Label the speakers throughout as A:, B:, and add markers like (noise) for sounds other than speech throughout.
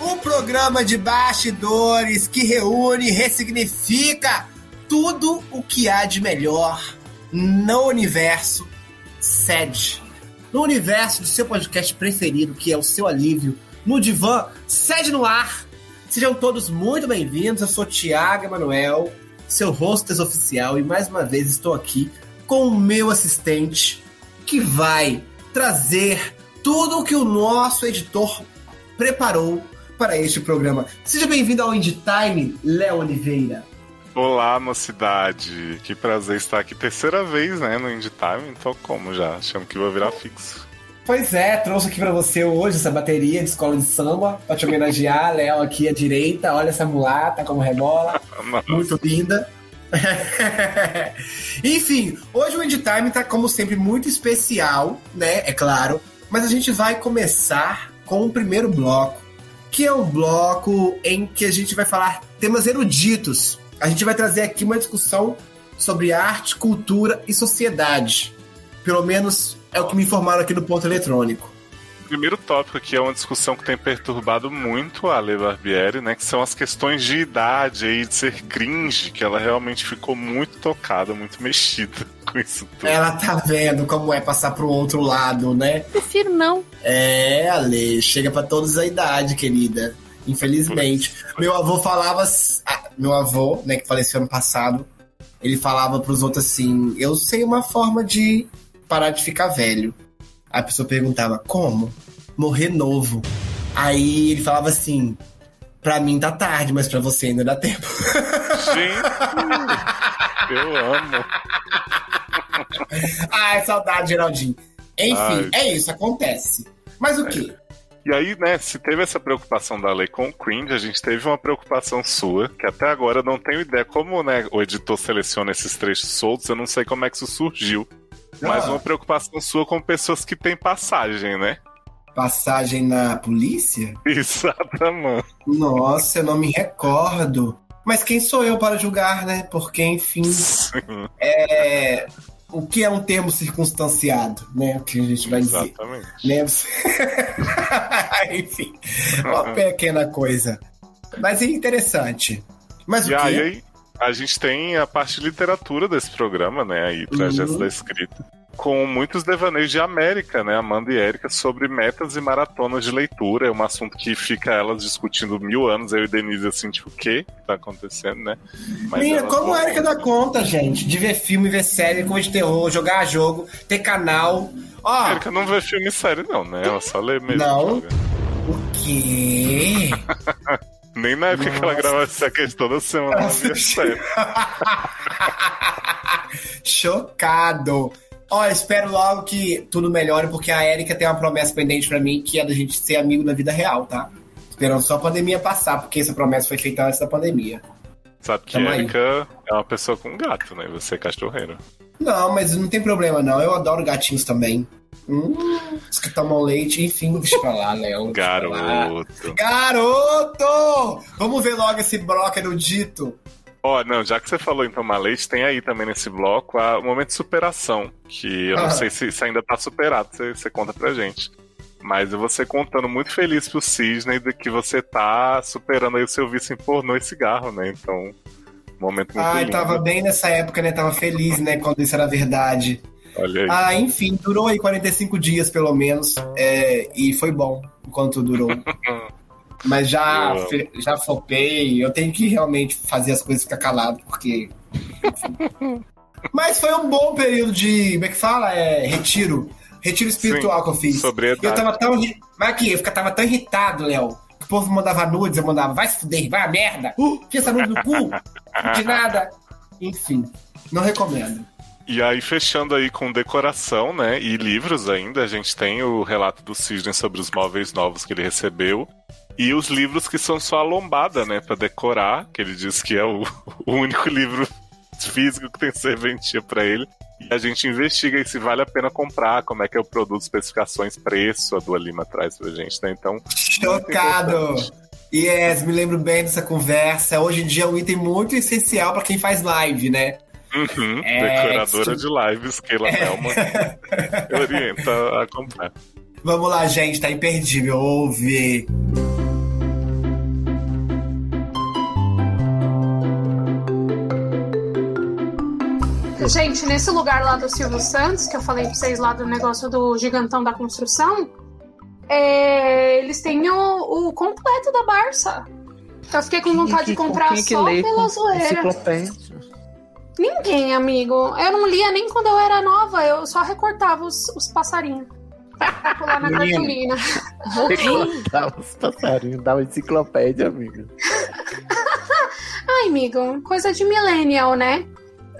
A: Um programa de bastidores que reúne e ressignifica tudo o que há de melhor no universo sede. No universo do seu podcast preferido, que é o seu alívio, no divã, sede no ar. Sejam todos muito bem-vindos. Eu sou Tiago Emanuel, seu hostess oficial, e mais uma vez estou aqui com o meu assistente, que vai trazer tudo o que o nosso editor preparou para este programa. Seja bem-vindo ao Indie Time, Léo Oliveira.
B: Olá, mocidade. Que prazer estar aqui. Terceira vez, né, no Indie Time, então como já? Achando que vou virar fixo.
A: Pois é, trouxe aqui para você hoje essa bateria de escola de samba, para te homenagear, Léo aqui à direita, olha essa mulata como rebola,
B: Nossa.
A: muito linda. (laughs) Enfim, hoje o Indie Time tá como sempre muito especial, né, é claro, mas a gente vai começar com o primeiro bloco, que é um bloco em que a gente vai falar temas eruditos. A gente vai trazer aqui uma discussão sobre arte, cultura e sociedade. Pelo menos é o que me informaram aqui no ponto eletrônico.
B: O primeiro tópico aqui é uma discussão que tem perturbado muito a Lei Barbieri, né? Que são as questões de idade aí, de ser cringe, que ela realmente ficou muito tocada, muito mexida (laughs) com isso tudo.
A: Ela tá vendo como é passar pro outro lado, né?
C: Prefiro não.
A: É, Ale, chega pra todos a idade, querida. Infelizmente. Meu avô falava. s- ah, Meu avô, né, que faleceu ano passado, ele falava pros outros assim: Eu sei uma forma de parar de ficar velho. A pessoa perguntava: Como? Morrer novo. Aí ele falava assim: Pra mim tá tarde, mas pra você ainda dá tempo. (laughs)
B: Gente, eu amo.
A: Ai, saudade, Geraldinho. Enfim,
B: Ai. É.
A: é isso, acontece. Mas o quê?
B: E aí, né, se teve essa preocupação da lei com o cringe, a gente teve uma preocupação sua, que até agora eu não tenho ideia como, né, o editor seleciona esses trechos soltos, eu não sei como é que isso surgiu. Mas
A: Ah.
B: uma preocupação sua com pessoas que têm passagem, né? (laughs)
A: Passagem na polícia?
B: Exatamente.
A: Nossa, eu não me recordo. Mas quem sou eu para julgar, né? Porque, enfim,
B: Sim,
A: é... o que é um termo circunstanciado, né? O que a gente vai dizer.
B: exatamente.
A: Né? (laughs) enfim, uma pequena coisa. Mas é interessante. Mas
B: E
A: o quê?
B: aí, aí, a gente tem a parte de literatura desse programa, né? Aí, tragédia
A: Uhum.
B: da escrita. Com muitos devaneios de América, né? Amanda e Érica, sobre metas e maratonas de leitura. É um assunto que fica elas discutindo mil anos, eu e Denise, assim, tipo, o quê que tá acontecendo, né?
A: Menina,
B: elas
A: como
B: vão-
A: a Erika dá conta, gente? De ver filme, ver série, comer de terror, jogar jogo, ter canal.
B: A
A: Ó,
B: Érica não vê filme sério, não, né? Ela só lê mesmo.
A: Não.
B: joga.
A: o quê?
B: Nem na época que ela
A: Nossa.
B: gravava essa questão da semana. Ela via sério.
A: (laughs) Chocado. Ó, eu espero logo que tudo melhore, porque a Erika tem uma promessa pendente pra mim, que é da gente ser amigo na vida real, tá? Esperando só a pandemia passar, porque essa promessa foi feita antes da pandemia.
B: Sabe que
A: Tamo aí.
B: Erika é uma pessoa com gato, né? Você é cachorreiro.
A: Não, mas não tem problema não, eu adoro gatinhos também. Hum, os que tomam leite, enfim, deixa pra lá, né? Léo. deixa pra lá.
B: Garoto.
A: Garoto! Vamos ver logo esse broca erudito.
B: Ó, não, já que você falou em tomar leite, tem aí também nesse bloco a- o momento de superação, que eu
A: Ah.
B: não sei se, se ainda tá superado, você, você conta pra gente. Mas eu vou ser contando muito feliz pro Cisne de que você tá superando aí o seu vício em pornô e cigarro, né? Então, momento muito
A: Ai,
B: lindo.
A: tava bem nessa época, né? Tava feliz, né? Quando isso era verdade.
B: Olha aí.
A: Ah, enfim, durou aí 45 dias, pelo menos. é, e foi bom
B: (laughs)
A: enquanto durou. Mas já,
B: Eu amo.
A: fe- já flopei. Eu tenho que realmente fazer as coisas ficar calado, porque.
B: (laughs)
A: enfim. Mas foi um bom período de. Como é que fala? É, retiro. Retiro espiritual que eu fiz.
B: Sobriedade.
A: Eu tava tão. ri- Mas aqui, eu fica- tava tão irritado, Léo. que O povo mandava nudes, eu mandava, vai se fuder, vai a merda. Uh, tinha essa nude no cu,
B: (laughs)
A: de nada. Enfim, não recomendo.
B: E aí, fechando aí com decoração, né? E livros ainda, a gente tem o relato do Cisne sobre os móveis novos que ele recebeu. E os livros que são só a lombada, né? Pra decorar, que ele diz que é o, (laughs) o único livro físico que tem serventia pra ele. E a gente investiga aí se vale a pena comprar, como é que é o produto, especificações, preço. A Dua Lima traz pra gente, né? Então,
A: Chocado!
B: Muito
A: Yes, me lembro bem dessa conversa. Hoje em dia é um item muito essencial pra quem faz live, né?
B: uhum,
A: É,
B: decoradora
A: isso-
B: de lives, Keila
A: (laughs)
B: Melman, orienta a comprar.
A: Vamos lá, gente, tá imperdível. Ouve.
C: Gente, nesse lugar lá do Silvio Santos, que eu falei pra vocês lá do negócio do gigantão da construção, é, eles têm o, o completo da Barça. Então eu fiquei com vontade de comprar
D: quem é que
C: só
D: lê
C: pela
D: com
C: zoeira.
D: Enciclopédia.
C: Ninguém, amigo. Eu não lia nem quando eu era nova, eu só recortava os, os passarinhos. Pra pular na
A: Menina.
C: cartolina.
D: Dá os passarinhos, dá uma enciclopédia, amigo.
C: Ai, amigo, coisa de millennial, né?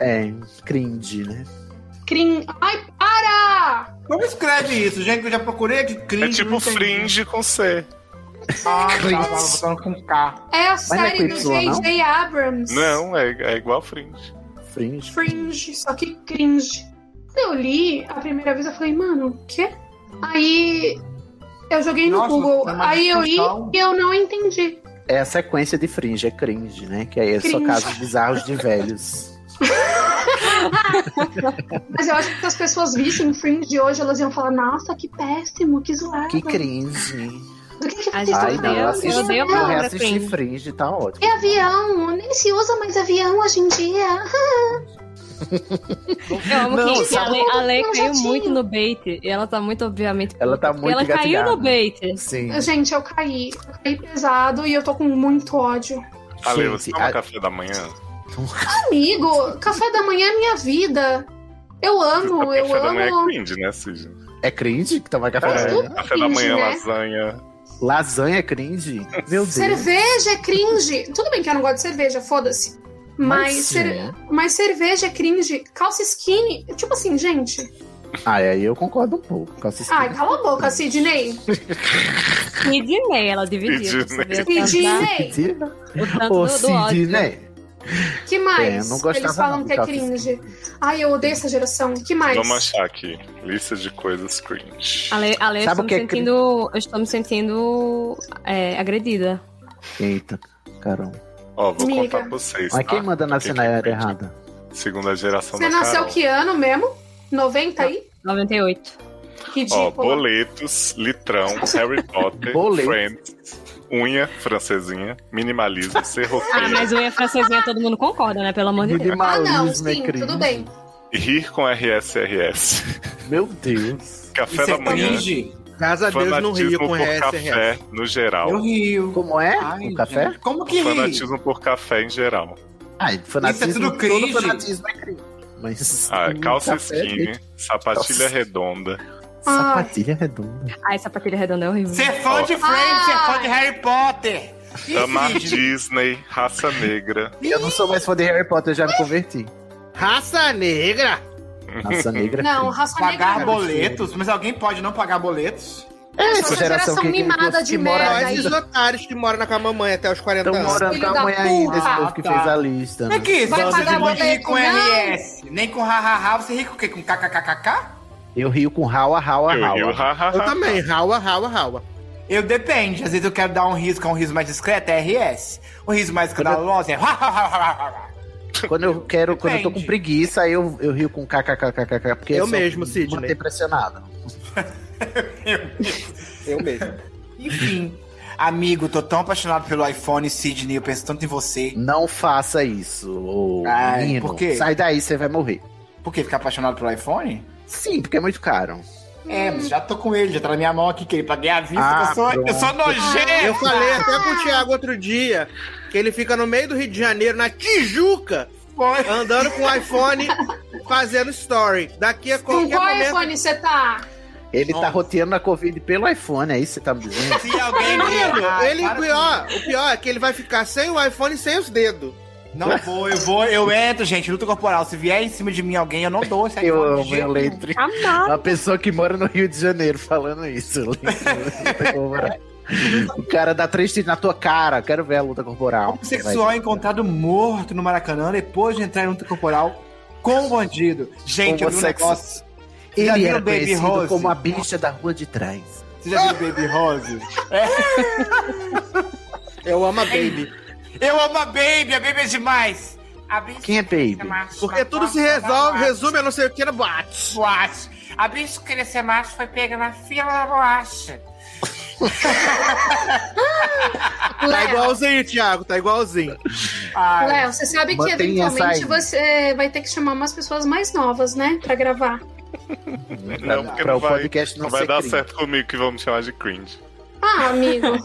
D: É, cringe, né?
C: Crin... Ai, para!
A: Como escreve isso, gente? Que eu já procurei aqui.
B: É
A: Cringe,
B: tipo
A: não entendi.
B: fringe com C.
A: Ah,
D: Cringe.
A: tá, tava botando com K.
C: É a
D: não é
C: série
D: com
C: do
D: Y, não?
C: J.J. Abrams.
B: Não, é, é igual fringe.
D: Fringe.
C: Fringe, só que cringe. Quando eu li a primeira vez, eu falei, mano, o quê? Aí eu joguei no
A: Nossa,
C: Google,
A: é uma
C: aí eu li
A: discussão.
C: e eu não entendi.
D: É a sequência de fringe, é cringe, né? Que aí é só
C: Cringe.
D: casos bizarros de velhos.
C: Mas eu acho que se as pessoas vissem Fringe de hoje, elas iam falar, nossa, que péssimo, que zoado.
D: Que cringe.
C: Do que, que
E: Ai,
C: vocês estão
E: Ai,
D: Ai,
E: odeio,
D: não, eu
E: eu
C: falando?
D: assisti,
E: odeio a
D: eu
E: palavra
D: reassisti
E: cringe.
D: Fringe, tá ótimo.
C: É avião, nem se usa mais avião hoje em dia.
E: Eu amo
D: Não,
E: que
D: sabe-
E: a Ale, a Ale
C: Não,
E: caiu
C: jatinho.
E: muito no bait. E ela tá muito, obviamente.
D: Ela tá
E: puta,
D: muito
E: porque Ela caiu
D: engatilhada.
E: no bait.
D: Sim.
C: Gente, eu caí. Eu caí pesado e eu tô com muito ódio.
B: Ale, você
D: Gente,
B: toma
D: a-
B: café da manhã?
C: Amigo, café da manhã é minha vida. Eu amo, eu
B: café da manhã é
C: amo.
B: cringe, né, Cid?
D: É cringe que tomar café
B: É,
D: da manhã?
B: Café da
C: cringe,
B: manhã,
C: né?
B: lasanha.
D: Lasanha é cringe? Meu Deus.
C: Cerveja é cringe. Tudo bem que eu não gosto de cerveja, foda-se. Mas, cer-
D: sim.
C: mas cerveja é cringe. Calça skinny. Tipo assim, gente.
D: Ah, é, aí eu concordo um pouco com essa
C: Ai, cala a boca, Sidney.
E: Sidney, ela dividiu. pra você ver o tanto da-
C: Sidney.
D: esquina.
E: O tanto
D: né? Ô,
E: do, do
D: Cid,
E: ódio.
D: né?
C: Que
D: É, eu
C: mais?
D: não gostava
C: Eles falam
D: não de
C: que é
D: calça
C: cringe. Ai, eu odeio essa geração. Que mais?
B: Vamos achar aqui. Lista de coisas cringe.
C: Ah,
E: Ale, Ale eu
D: Sabe
E: estou
D: o
E: me
D: que é
E: sentindo, eu estou me sentindo é, agredida.
D: Eita, caramba.
B: Ó, vou
C: Amiga.
B: contar pra vocês. tá?
D: Mas quem manda na
B: Que que
D: cena era
B: cringe?
D: errada?
B: Segunda geração
C: Você
B: da
C: nasceu
B: Carol.
C: que ano mesmo? 90 aí?
E: 98.
B: Ó,
C: Ridículo.
B: boletos, litrão, Harry Potter,
D: Boletos.
B: Friends, unha, francesinha, minimalismo,
E: Ah,
B: serroqueiro,
E: mas unha francesinha todo mundo concorda, né? Pelo amor de Deus.
C: ah, não,
D: Minimalismo
C: sim,
D: é cringe.
C: tudo bem.
B: rir com RSRS,
D: Meu Deus.
B: café
A: Isso
B: da
A: é
B: manhã,
A: cringe.
F: Graças a Deus não rio
B: fanatismo
F: com
B: por
F: RSRS.
B: café no geral.
A: Eu rio.
D: Como é?
A: Ai,
D: o café?
A: gente, Como que ri?
B: Tá Fanatismo por café em geral.
D: Ai, fanatismo.
A: tudo cringe.
D: Todo fanatismo é cringe. Mas
B: Ah,
D: hum,
B: calça
D: café,
B: skinny,
D: gente,
B: sapatilha
D: Calça-
B: redonda,
D: Sapatilha é redonda.
E: Ah, essa patilha redonda é horrível.
A: Você é fã de Friends, você é fã de
C: Ai.
A: Harry Potter.
B: Tá
A: Ih,
B: amar
A: gente,
B: Disney, raça negra,
D: (laughs) Eu não sou mais fã de Harry Potter, eu já me converti.
F: Raça negra!
D: Raça negra. é
C: Não,
D: cringe.
C: raça
A: Pagar
C: negra.
A: boletos, mas alguém pode não pagar boletos?
C: Essa geração
D: que-
C: mimada
D: que
C: de
D: mora-
C: merda
F: Só
C: aí.
F: esses otários que moram na com a mamãe até os 40
D: Estão
F: anos.
D: morando
C: Filho
D: com a
C: da
D: mãe ainda, esse
C: puta.
D: povo que
A: Ah, tá.
D: fez a lista. né?
A: Aqui,
C: Vai
A: você
C: pagar
A: não pode rir
C: boleto,
A: com
C: não?
A: RS, nem com hahaha, você ri com o quê? Com kkkk?
D: Eu rio com raua, raua,
B: eu rio,
D: raua.
B: ha, ha,
F: Eu
B: ha.
F: também, raua, raua, raua.
A: Eu depende, às vezes eu quero dar um riso que é um riso mais discreto, é RS. O riso mais escandaloso é hahaha.
D: Quando eu quero, quando eu tô com
A: Depende.
D: preguiça, aí eu, eu rio com kkkkk, porque
F: Eu
D: só
F: mesmo,
D: me
F: Sidney.
D: manter pressionado.
F: Eu mesmo.
A: Enfim. Amigo, tô tão apaixonado pelo iPhone, Sidney, eu penso tanto em você.
D: Não faça isso, ô
A: Ai,
D: menino.
A: por quê?
D: Sai daí, você vai morrer.
A: Por que ficar apaixonado pelo iPhone?
D: Sim, porque é muito caro.
A: É, mas já tô com ele, já tá na minha mão aqui, que ele paguei a vista,
D: Ah,
A: que eu sou, eu
D: pronto.
A: sou nojento!
F: Eu falei até pro Thiago outro dia que ele fica no meio do Rio de Janeiro, na Tijuca,
A: Foi.
F: andando com o iPhone fazendo story. Daqui a
C: Com
F: qualquer
C: qual
F: momento.
C: iPhone você tá?
D: Ele
A: Nossa.
D: tá roteando a Covid pelo iPhone, aí você tá me
A: (laughs)
D: dizendo?
A: Se alguém
C: Ah,
A: me errar,
F: Ele, o
A: para
F: pior, o pior é que ele vai ficar sem o iPhone e sem os dedos.
A: com- Não vou, eu vou, eu entro, gente, luta corporal. Se vier em cima de mim alguém, eu não dou esse
D: Eu
A: iPhone de
D: amo,
A: jeito
D: eu
A: nenhum.
D: lembro.
E: Amado.
D: Uma pessoa que mora no Rio de Janeiro falando isso. (laughs) eu lembro. o cara dá três tiros na tua cara. Quero ver a luta corporal.
A: Homossexual encontrado morto no Maracanã depois de entrar em luta corporal com um bandido. Gente, eu vi um
D: Homossexu-
A: negócio. Você já
D: Ele
A: viu
D: era
A: o Baby
D: conhecido
A: Rose?
D: como a bicha da rua de trás.
A: Você já viu Baby Rose?
F: Eu amo a Baby.
A: Eu amo a Baby, a Baby é demais. A bicha
D: Quem é Baby?
A: quer macho,
F: Porque tudo se
C: é
F: resolve, resume a não sei o que na boate.
A: boate. A bicha que queria ser macho foi pega na fila da boate.
G: Tá
C: Léo,
G: igualzinho, Thiago, tá igualzinho.
H: Ah,
C: Léo, você sabe que
D: Mantenha essa
C: eventualmente
D: aí.
C: você vai ter que chamar umas pessoas mais novas, né? Pra gravar.
B: Não, porque
D: pra
B: não
D: o
B: vai,
D: podcast não,
B: não vai
D: ser
B: dar
D: cringe.
B: certo comigo que vão me chamar de
D: (laughs)
B: cringe.
C: Ah, amigo.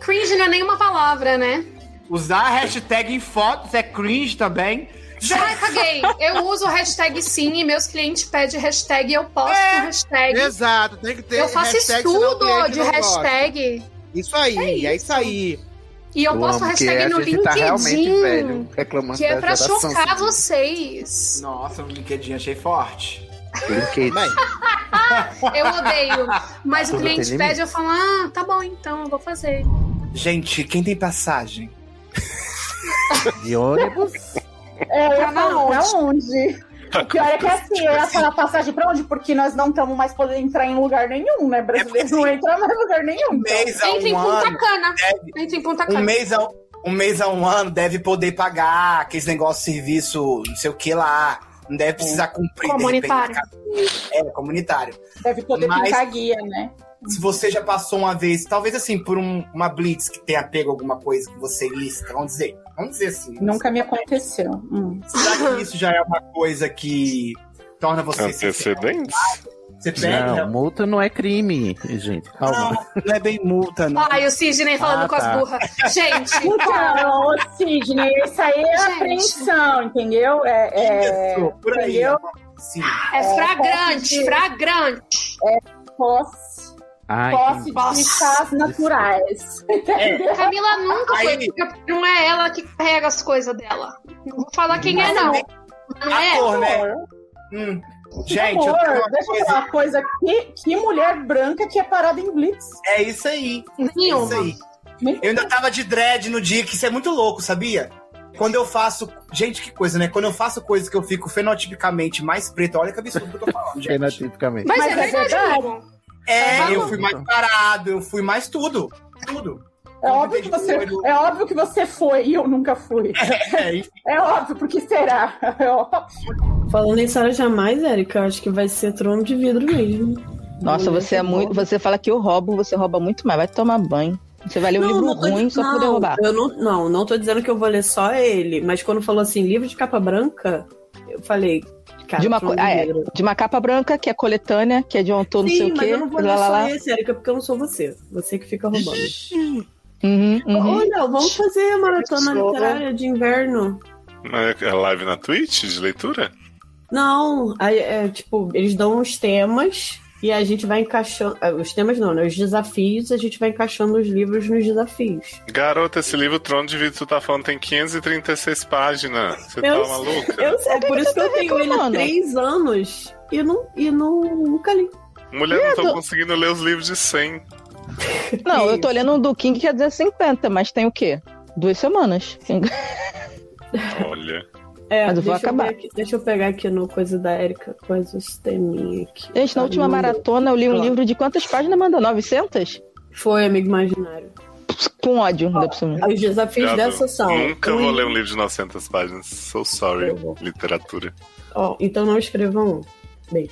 C: Cringe não é nenhuma palavra, né?
A: Usar a hashtag em fotos é cringe também.
C: Ai, caguei. Eu uso hashtag sim e meus clientes pedem hashtag eu posto com hashtag.
G: Exato, tem que ter
C: Eu faço
G: hashtag, senão o
F: é
C: estudo
G: cliente
C: de
G: não gosta.
C: hashtag.
G: Isso aí, é isso aí.
C: E eu, posto
D: amo, porque
C: hashtag no
D: a gente tá realmente
C: LinkedIn.
D: velho, reclamando
C: que é
D: da
C: pra
D: geração
C: chocar
A: (laughs)
C: vocês.
A: Nossa, o LinkedIn achei forte.
D: LinkedIn.
G: Bem,
D: (laughs)
C: Eu odeio. Mas o
D: Tudo
C: cliente
D: tem
C: pede, eu falo, ah, tá bom, então eu vou fazer.
A: Gente, quem tem passagem?
D: De ônibus.
I: É, eu
C: Pra
I: ia falar, pra
C: onde?
I: onde?
A: (laughs)
I: O pior é que assim, eu ia falar passagem pra onde? Porque nós não estamos mais podendo entrar em lugar nenhum, né? Brasileiro não entra mais em lugar nenhum.
A: Um mês a
C: Entra em
A: um ano.
C: Punta Cana. Entra em Punta
A: Um
C: Cana.
A: mês a um, um mês a um ano deve poder pagar aqueles negócios de serviço, não sei o que lá. Não
I: É.
A: deve precisar cumprir. de repente,
C: Comunitário.
A: É, comunitário.
I: Deve poder
A: Mas-
I: pintar guia, né?
A: Se você já passou uma vez, talvez assim, por um- uma blitz que tenha pego alguma coisa que você lista, vamos dizer. Vamos dizer assim.
I: Nunca me aconteceu. Hum.
A: Será que isso já é uma coisa que torna você.
B: É, Antecedentes?
A: Você pega.
D: Não,
A: Não,
D: multa não é crime, gente. Calma.
A: não, não é bem multa, não.
C: Ai, o Sidney falando
D: Ah,
C: com as
D: tá.
C: burras. Gente,
I: (laughs) Então, ô, Sidney, isso aí é
C: Gente.
I: apreensão, entendeu? É, é,
A: Isso, por aí.
I: entendeu?
A: Sim.
C: (laughs) é fragrante,
I: posso-
C: fragrante.
I: Posse,
D: Ai,
I: posse
D: que-
I: de chás naturais.
C: Camila nunca foi.
A: Aí-
C: porque Não é ela que carrega as coisas dela. Não vou falar quem é, não. Não é?
A: Amor, né?
I: Amor,
A: Hum.
I: por
A: Gente, eu
I: favor,
A: tenho uma
I: deixa eu
A: coisa.
I: falar uma coisa. Que, que mulher branca que é parada em blitz.
A: É isso aí. É isso
C: Nenhuma.
A: aí. Eu ainda tava de dread no dia, que isso é muito louco, sabia? Quando eu faço. Gente, que coisa, né? Quando eu faço coisa que eu fico fenotipicamente mais preto, olha que absurdo que eu tô falando, gente.
D: Genotipicamente.
C: Mas,
I: Mas
C: é
I: é
C: verdade,
I: verdade.
C: Hugo.
A: É, eu fui mais parado, eu fui mais tudo. Tudo.
I: É óbvio, que você, é óbvio que você foi e eu nunca fui.
A: É, enfim.
I: É óbvio, porque será? É óbvio.
J: Falando em Sarah Jamais, Erika, eu acho que vai ser trono de vidro mesmo.
K: Nossa,
J: Mulher
K: você é
J: que
K: muito.
J: rouba.
K: Você fala que eu roubo, você rouba muito mais. Vai tomar banho. Você vai ler um livro
J: não tô
K: ruim
J: di-
K: só pra poder
J: não,
K: roubar.
J: Eu não, não, não tô dizendo que eu vou ler É só ele, mas quando falou assim, livro de capa branca, eu falei, cara,
K: De uma
J: Trono
K: co- ah, é.
J: Vidro.
K: De uma capa branca, que é coletânea, que é de um autor não
J: Sim,
K: sei o
J: mas
K: quê.
J: eu não vou ler
K: lá, lá,
J: só
K: lá.
J: esse, Erika, porque eu não sou você. Você que fica roubando.
K: Uhum, uhum.
J: Olha, vamos fazer a maratona
A: Sou.
J: literária de inverno.
B: É live na Twitch de leitura?
J: Não, aí, é, tipo, eles dão os temas e a gente vai encaixando. ah, Os temas não, né? Os desafios, a gente vai encaixando os livros nos desafios.
B: Garota, esse livro Trono de Vidro que tu tá falando tem 536 páginas. Você tá
J: Eu-
B: maluca?
J: Eu sei, É por isso que eu tenho ele há
K: reclamando?
J: três anos e, não, e não, nunca li.
B: Mulher, eu não tô
K: Medo.
B: conseguindo ler os livros de 100.
K: Não, eu tô lendo um do King que é 50, mas tem o quê? Duas semanas. (laughs)
B: Olha.
J: É,
K: Mas eu vou
J: deixa
K: acabar.
J: ver aqui- deixa eu pegar aqui no coisa da Erika, coisa os teminha aqui. Tá
K: Gente, na última
J: Não,
K: maratona eu li um
J: Ó.
K: livro de quantas páginas, Amanda? 900?
J: Foi, amigo imaginário.
K: Com ódio, ainda por cima.
J: Os desafios
B: Obrigado.
J: dessa
D: Tá,
J: são.
B: Nunca
J: um-
B: vou ler um livro de 900 páginas. So sorry,
J: Eu vou.
B: literatura.
J: Ó, então não escrevam um. Beijo.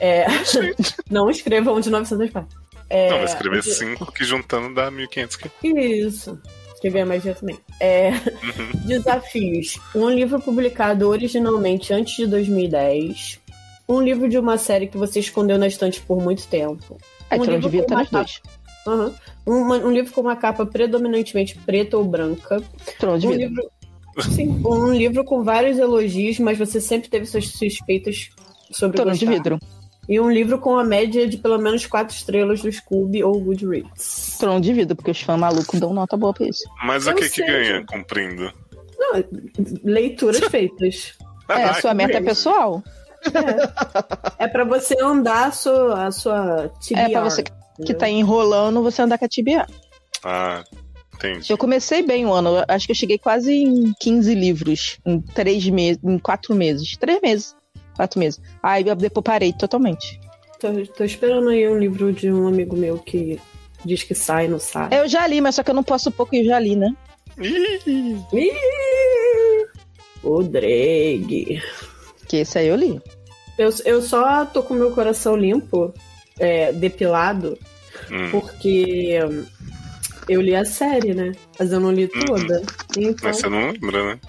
J: É, (laughs) não escrevam um de 900 páginas. É,
B: Não, vou escrever 5 que juntando dá 1500. que-
J: Isso. Escrevi a magia também. É,
B: Uhum.
J: Desafios. Um livro publicado originalmente antes de 2010. Um livro de uma série que você escondeu na estante por muito tempo.
K: Aí
J: Um
K: tu não
J: livro
K: devia
J: com
K: estar tá nos
J: uma
K: dois.
J: Aham. Uma- um livro com uma capa predominantemente preta ou branca.
K: Trono de
J: Um
K: vidro.
J: livro, sim, um livro com vários elogios, mas você sempre teve suas suspeitas sobre
K: Trono
J: o
K: de vidro.
J: E um livro com a média de pelo menos quatro estrelas do Scooby ou Goodreads.
K: Trono de vidro, porque os fãs malucos dão nota boa pra isso.
B: Mas o
J: Eu
B: que que
J: sei,
B: ganha
J: gente.
B: cumprindo?
J: Não,
K: (laughs)
J: leituras feitas.
K: É, a
B: Ai,
K: sua meta é
B: meu
K: pessoal.
J: É pra você andar a sua, a sua TBR.
K: É pra você que- que tá enrolando, você andar com a tibia.
B: Ah, entendi.
K: Eu comecei bem o ano. eu Acho que eu cheguei quase em 15 livros. Em três meses. Em quatro meses. Três meses. Quatro meses. Aí eu depois parei totalmente.
J: Tô, tô esperando aí um livro de um amigo meu que diz que sai e não sai. É
K: Eu já li, mas só que eu não posso pouco e eu já li, né?
B: Ih,
J: Ih! O Drake.
K: Que esse aí eu li.
J: Eu, eu só tô com meu coração limpo, é, depilado,
B: Hum,
J: Porque eu li a série, né? Mas eu não li toda. Então.
B: Mas você não lembra, né?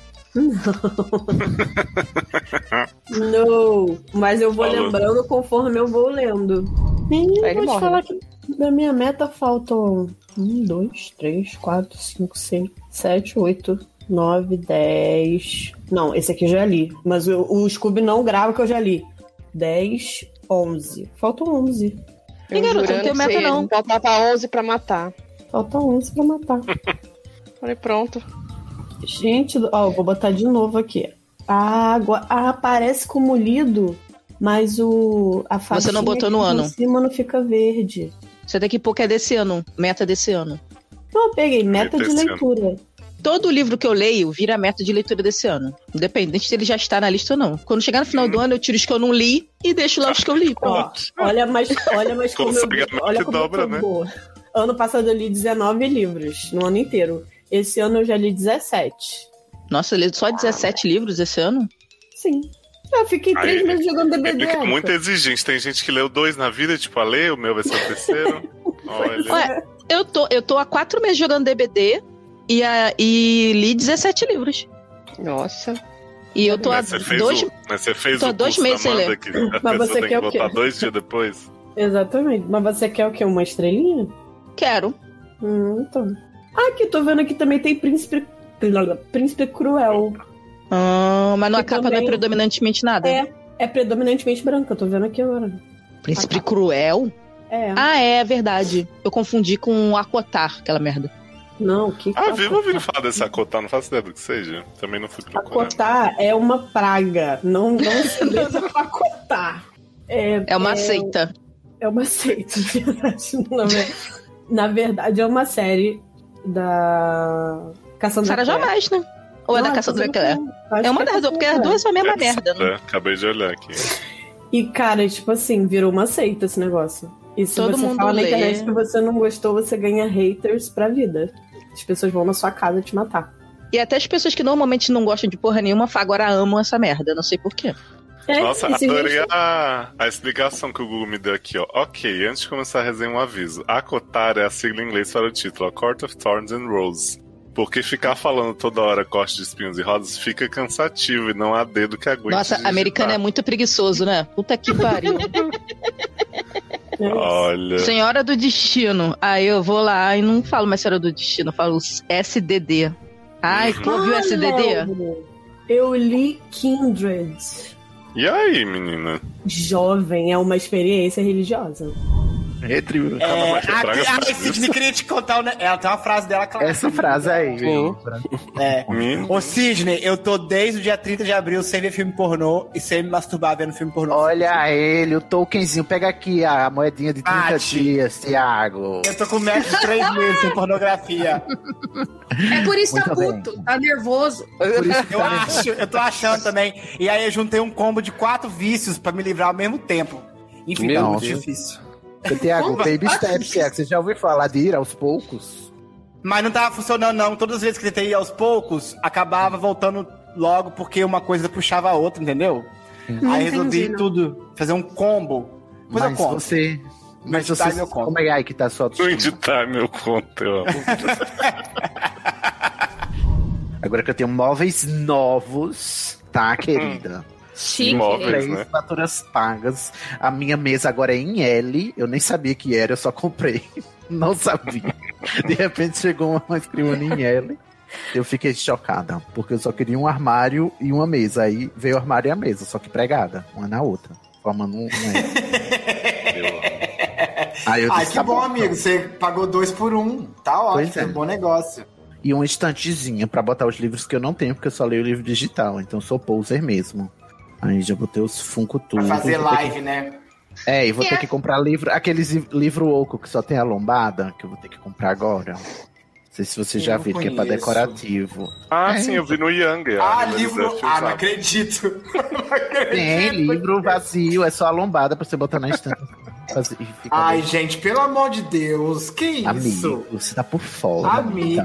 J: Não, mas eu vou
B: Falou.
J: lembrando conforme eu vou lendo. Menino,
K: Aí
J: vou
K: ele
J: te
K: morre,
J: falar
K: né?
J: que da minha meta faltam 1, 2, 3, 4, 5, 6, 7, 8, 9, 10. Não, esse aqui eu já li. Mas o, o Scooby não grava que eu já li. 10, 11. Faltam 11.
K: Eu garoto, jurando não tenho meta, que não.
J: Faltava 11 pra matar. Faltam 11 pra matar.
K: Falei, pronto.
J: Gente, do- ó, eu vou botar de novo aqui. A água ah, aparece como lido, mas o a
K: Você não
J: faixinha
K: botou no
J: aqui
K: ano.
J: em cima não fica verde.
K: Você tem que pôr que é desse ano, meta desse ano.
J: Não, eu peguei meta de
K: Desse ano.
J: leitura.
K: Todo livro que eu leio vira meta de leitura desse ano. Independente se ele já está na lista ou não. Quando chegar no final do ano, eu tiro os que eu não li e deixo lá os que eu li. Pronto.
J: Olha, mas
B: (laughs)
J: olha, mas como eu,
K: Consegue a
J: olha
K: meta
J: como
K: dobra,
J: eu tô
K: né?
J: boa. Ano passado eu li 19 livros no ano inteiro. Esse ano eu já li 17.
K: Nossa, eu li só 17 livros esse ano?
J: Sim. Eu fiquei
B: Aí,
J: três meses jogando
B: Ele
J: DBD.
B: É, fica
J: Elsa.
B: muito exigente. Tem gente que leu dois na vida, tipo, a lei, o meu vai ser o
K: (laughs)
B: terceiro. Olha.
K: Ué, eu tô, eu tô há quatro meses jogando DBD e, a- e li 17 livros. Nossa. E eu tô há
B: Mas você fez
K: dois.
B: o, mas você fez
K: tô há
B: o
K: dois
B: curso da
K: meses sem
B: Amanda
K: ler. (laughs)
B: que a
J: Mas
B: pessoa
J: você
B: tem
J: quer
B: que
J: o quê?
B: botar dois dias depois.
J: Exatamente. Mas você quer o quê? Uma estrelinha?
K: Quero.
J: Hum, então. Ah, aqui tô vendo que também tem príncipe. Príncipe cruel.
K: Ah, mas na capa não é predominantemente nada.
J: É, é predominantemente branca, eu tô vendo aqui agora.
K: Príncipe Cruel?
J: É.
K: Ah, é, é verdade. Eu confundi com Aquotar, aquela merda.
J: Não, que.
K: Tá
J: tá
B: Ah, vivo ouvindo falar dessa acotar, não faço ideia do que seja. Também não fui procurar.
J: Acotar é uma praga. Não, não
K: (laughs)
J: se deixa acotar. É,
K: É uma seita.
J: É uma seita, (laughs) de verdade. Não é- Na verdade, é uma série da. Caçando
K: Sarah
J: Claire.
K: Jamais, né? Ou é
J: Não,
K: da Caçadora
J: Cassandra
K: Clare?
J: Clare.
K: É uma
J: Acho que
K: das duas, porque as duas são a mesma merda. né?
B: É, Acabei de olhar aqui.
J: E, cara, tipo assim, virou uma seita esse negócio. E se
K: Todo
J: você
K: mundo
J: fala na
K: lê.
J: internet que você não gostou, você ganha haters pra vida. As pessoas vão na sua casa te matar.
K: E até as pessoas que normalmente não gostam de porra nenhuma fa- agora amam essa merda. Não sei porquê.
J: É
B: Nossa, adorei a, a explicação que o Google me deu aqui, ó. Ok, antes de começar a resenha, um aviso. Acotar é a sigla em inglês para o título, ó, Court of Thorns and Roses. Porque ficar falando toda hora corte de espinhos e rosas fica cansativo e não há dedo que aguente.
K: Nossa,
B: digitar.
K: americano é muito preguiçoso, né? Puta (laughs) que pariu.
J: né?
B: Olha.
K: Senhora do Destino. Aí eu vou lá e não falo mais Senhora do Destino, eu falo SDD. Ai, tu ouviu
J: Ah,
K: SDD?
J: Léo, Eu li Kindred.
B: E aí, menina?
J: Jovem é uma experiência religiosa.
D: Retribuição.
L: É,
D: mas
L: a,
D: praga
L: a,
D: faz
L: Sidney queria te
A: um
L: contar. Né?
A: é,
L: Ela tem uma frase dela clássica.
D: Essa frase aí.
L: Sim. É.
B: Hum.
L: Ô, Sidney, eu tô desde o dia 30 de abril sem ver filme pornô e sem me masturbar vendo filme pornô.
D: Olha ele, o Tolkienzinho. Pega aqui a moedinha de 30 dias, Thiago.
L: Eu tô com medo de três meses sem pornografia.
C: É por isso que tá
L: Muito bem.
C: puto, tá nervoso.
L: eu
D: tá
L: acho, eu tô achando também. E aí eu juntei um combo de quatro vícios pra me livrar ao mesmo tempo. Enfim,
D: Meu
L: tá muito
D: Deus.
L: difícil.
D: Tiago,
L: Como?
D: baby steps, Thiago. Você já ouviu falar de ir aos poucos?
L: Mas não tava funcionando, não. Todas as vezes que tentei ir aos poucos, acabava voltando logo porque uma coisa puxava a outra, entendeu?
D: Não
L: aí resolvi
D: entendi, não.
L: tudo, fazer um combo. Depois eu
D: Hum. Mas
L: conto.
D: você... Mas
L: Não editar
D: você...
L: meu conto.
D: Como é aí que tá sua
B: Não editar meu conto, eu amo.
D: Agora que eu tenho móveis novos,
L: Hum.
D: tá, querida?
E: Chique.
B: Móveis,
D: Três
B: né?
D: faturas pagas. A minha mesa agora é em L. Eu nem sabia que era, eu só comprei. (laughs) Não sabia. De repente chegou uma escrivana em L. Eu fiquei chocada, porque eu só queria um armário e uma mesa. Aí veio o armário e a mesa, só que pregada, uma na outra, formando um. um L. Aí eu
L: Ai,
D: disse,
L: que
D: tá
L: bom,
D: então.
L: amigo. Você pagou dois por um. Tá ótimo,
D: Pois é.
L: é. um bom negócio.
D: e uma estantezinha pra botar os livros que eu não tenho, porque eu só leio livro digital, então eu sou poser mesmo. Aí já botei os Funko tudo.
L: Pra fazer
D: vou ter
L: live, né?
D: que- É, e vou
L: É.
D: ter que comprar livro, aqueles li- livro oco que só tem a lombada, que eu vou ter que comprar agora. Não sei se vocês já
B: Eu
D: viram, que é pra
B: conheço.
D: decorativo.
L: (laughs)
B: Ah,
D: É,
B: sim, eu vi no Younger.
L: Ah,
B: mas é
L: livro.
B: eu
L: Ah,
B: usava.
L: não
D: Tá
L: acredito. É,
D: Tem livro vazio, é só a lombada pra você botar na estante. Fazer- e ficar
L: Ai,
D: vendo.
L: gente, pelo amor de Deus. Que isso?
D: Amigo, você tá por fora.
L: Amiga.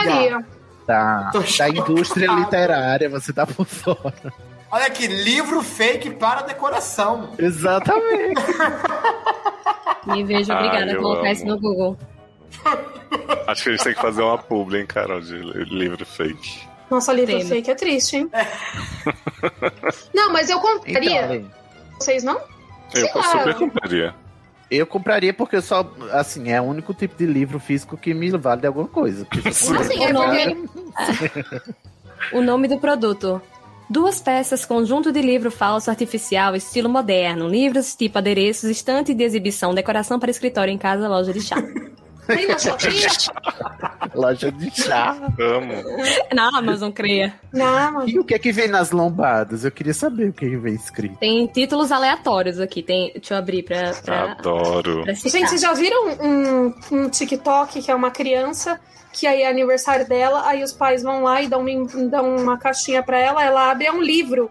D: Tá- Da,
L: Tô
D: da indústria
L: chocada.
D: literária, você tá
L: (laughs)
D: por fora.
L: Olha que livro fake para decoração.
D: Exatamente.
E: Me vejo
B: Ah,
E: obrigada a
B: eu
E: colocar
B: amo.
E: isso no Google.
B: Acho que a gente tem que fazer uma publi, hein, Carol, de li- livro fake.
C: Nossa, livro
E: Temo.
C: fake é triste, hein? (laughs) não, mas eu compraria.
D: Lê.
C: Vocês não?
B: Eu
C: Sei lá.
B: super compraria.
D: Eu compraria porque só, assim, é o único tipo de livro físico que me vale de alguma coisa. Porque se eu (laughs)
E: Assim, é
D: comprar-
E: porque- o nome do produto. Duas peças, conjunto de livro falso artificial, estilo moderno, livros tipo adereços, estante de exibição, decoração para escritório em casa, loja de chá.
C: Tem na Shopee?
D: Loja de chá.
B: Amo.
E: Na Amazon, creia.
C: Na Amazon.
D: E o que é que vem nas lombadas? Eu queria saber o que, é que vem escrito.
E: Tem títulos aleatórios aqui. Tem... Deixa eu abrir pra. pra...
B: Adoro.
E: pra citar.
C: Gente, vocês já viram um, um TikTok que é uma criança que aí é aniversário dela, aí os pais vão lá e dão, um- dão uma caixinha pra ela, ela abre é um livro.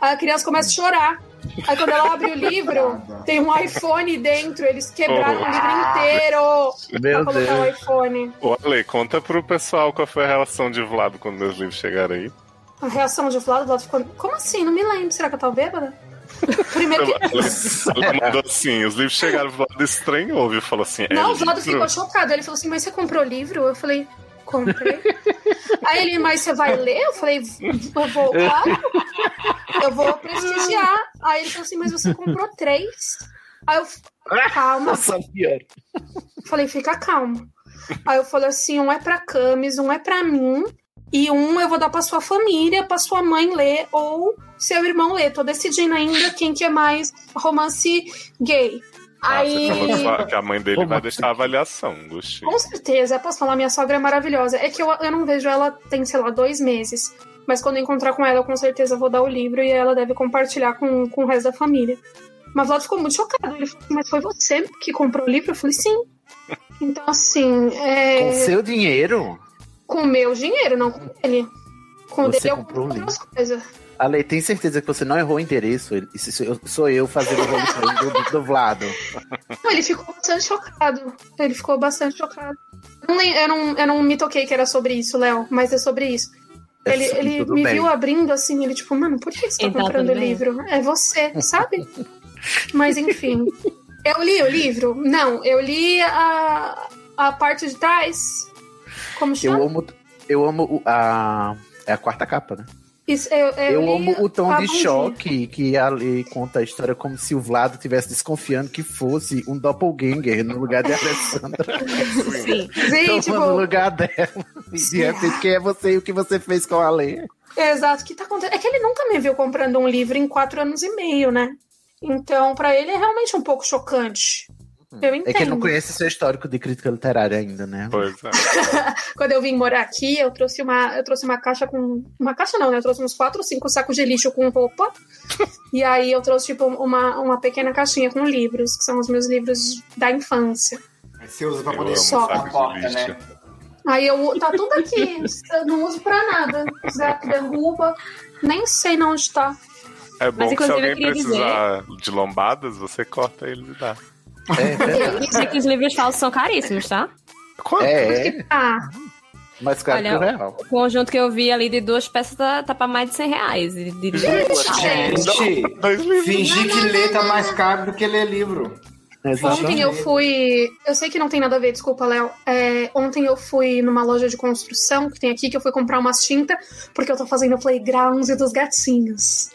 C: Aí a criança começa a chorar. Aí quando ela abre o livro, tem um iPhone dentro. Eles quebraram o livro inteiro pra
B: Meu
C: colocar o
B: Deus.
C: iPhone.
B: Ô, Ale, conta pro pessoal qual foi a relação de Vlado quando meus livros chegaram aí.
C: A reação de Vlado, Vlado ficou. Como assim? Não me lembro. Será que eu
B: (laughs)
C: tava bêbada? Primeiro É que.
B: Ale, Ale mandou assim, os livros chegaram, o Vlado estranhou, viu? Falou assim, é
C: Não, o Vlado
B: livro?
C: ficou chocado. Ele falou assim: Mas você comprou o livro? Eu falei:
B: (laughs)
C: Comprei. Aí ele, mas você vai ler? Eu falei: Eu vou,
B: É.
C: claro, eu vou prestigiar. Aí ele falou assim: Mas você comprou três? Aí
B: (laughs)
C: eu, calma. Falei: Fica calmo. Aí eu falei assim: Um é pra Camis, um é pra mim. E um eu vou dar pra sua família, pra sua mãe ler ou seu irmão ler. Tô decidindo ainda quem que é mais romance gay.
B: Ah,
C: Aí...
B: você falou que fa- que a mãe dele vai deixar a avaliação, Gusti.
C: Com certeza, posso falar, minha sogra é maravilhosa. É que eu, eu não vejo ela tem, sei lá, dois meses. Mas quando eu encontrar com ela, eu com certeza vou dar o livro e ela deve compartilhar com, com o resto da família. Mas Vlad ficou muito chocado. Ele falou, mas foi você que comprou o livro? Eu falei,
D: (laughs)
C: sim. Então, assim, é,
D: Com seu dinheiro,
C: com o meu dinheiro, não com ele. Com o
D: Você
C: dele eu
D: comprou o
C: compro
D: livro.
C: as coisas.
D: Ale, tem certeza que você não errou o endereço? Ele- Isso sou eu, sou eu fazendo o roleplay do, do Vlado.
C: Não, ele ficou bastante chocado. Ele ficou bastante chocado. Eu não, lem- eu não, eu não me toquei que era sobre isso, Léo, mas é sobre isso.
D: É
C: Ele,
D: sobre
C: ele
D: tudo
C: me
D: bem.
C: viu abrindo assim, ele tipo, mano, por que você tá
E: Então,
C: comprando o
E: tudo bem.
C: livro? É você, sabe? mas enfim. Eu li o livro? Não, eu li a, a parte de trás. Como chama?
D: Eu amo, eu amo o- a. É a quarta capa, né?
C: Isso, eu,
D: Eu,
C: li
D: amo o tom
C: a
D: de
C: bundinha.
D: choque que a lei conta a história como se o Vlado tivesse desconfiando que fosse um doppelganger no lugar de Alessandra.
E: (laughs)
C: Sim,
E: Sim.
D: Tomando o
C: tipo,
D: lugar dela. E de repente, quem é você e o que você fez com a lei?
C: É, Exato, o que tá acontecendo? É que ele nunca me viu comprando um livro em quatro anos e meio, né? Então, pra ele é realmente um pouco chocante. Eu entendo.
D: É que ele não conhece seu histórico de crítica literária ainda, né?
B: Pois é.
C: Quando eu vim morar aqui, eu trouxe uma, eu trouxe uma caixa com. Uma caixa não, né? Eu trouxe uns quatro ou cinco sacos de lixo com
D: (laughs)
C: roupa. e aí eu trouxe, tipo, uma, uma pequena caixinha com livros, que são os meus livros da infância.
L: Você usa pra
B: Eu
L: poder
B: amo
L: só
B: saco
L: na
B: de
L: porta,
B: lixo.
L: né?
C: Aí eu. Tá tudo aqui. Eu não uso pra nada. Zé derruba. Nem sei não onde tá.
B: É bom que se
E: inclusive, eu
B: alguém
E: queria
B: precisar de lombadas, você corta eles e dá.
D: É,
E: Eu sei que os livros falsos são caríssimos, tá?
B: Quanto?
D: É, é,
C: Ah,
D: mas cara, é
E: Olha,
D: que o real.
E: O conjunto que eu vi ali de duas peças tá, tá pra mais de 100 reais. De, de-
C: gente.
L: Gente,
B: Dois livros.
L: fingir que ler tá mais caro do que ler livro.
C: Ontem eu fui. Eu sei que não tem nada a ver, desculpa, Léo. É, ontem eu fui numa loja de construção que tem aqui, que eu fui comprar umas tintas, porque eu tô fazendo playgrounds e dos gatinhos.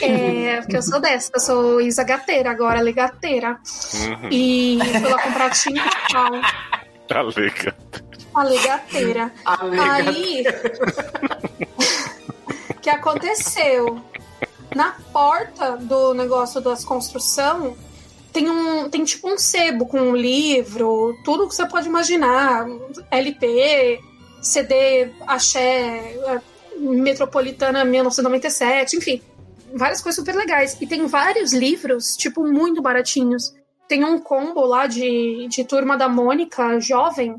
C: É, porque eu sou dessa, eu sou Isa Gateira agora, legateira.
B: Uhum.
C: E fui lá comprar tinta e tal.
B: Tá legal.
C: A legateira.
L: Alega.
C: Aí. O que aconteceu? Na porta do negócio das construção tem um tem tipo um sebo com um livro, tudo que você pode imaginar, LP, CD, axé, eh, Metropolitana 1997, enfim, várias coisas super legais. E tem vários livros, tipo, muito baratinhos. Tem um combo lá de, de Turma da Mônica, jovem,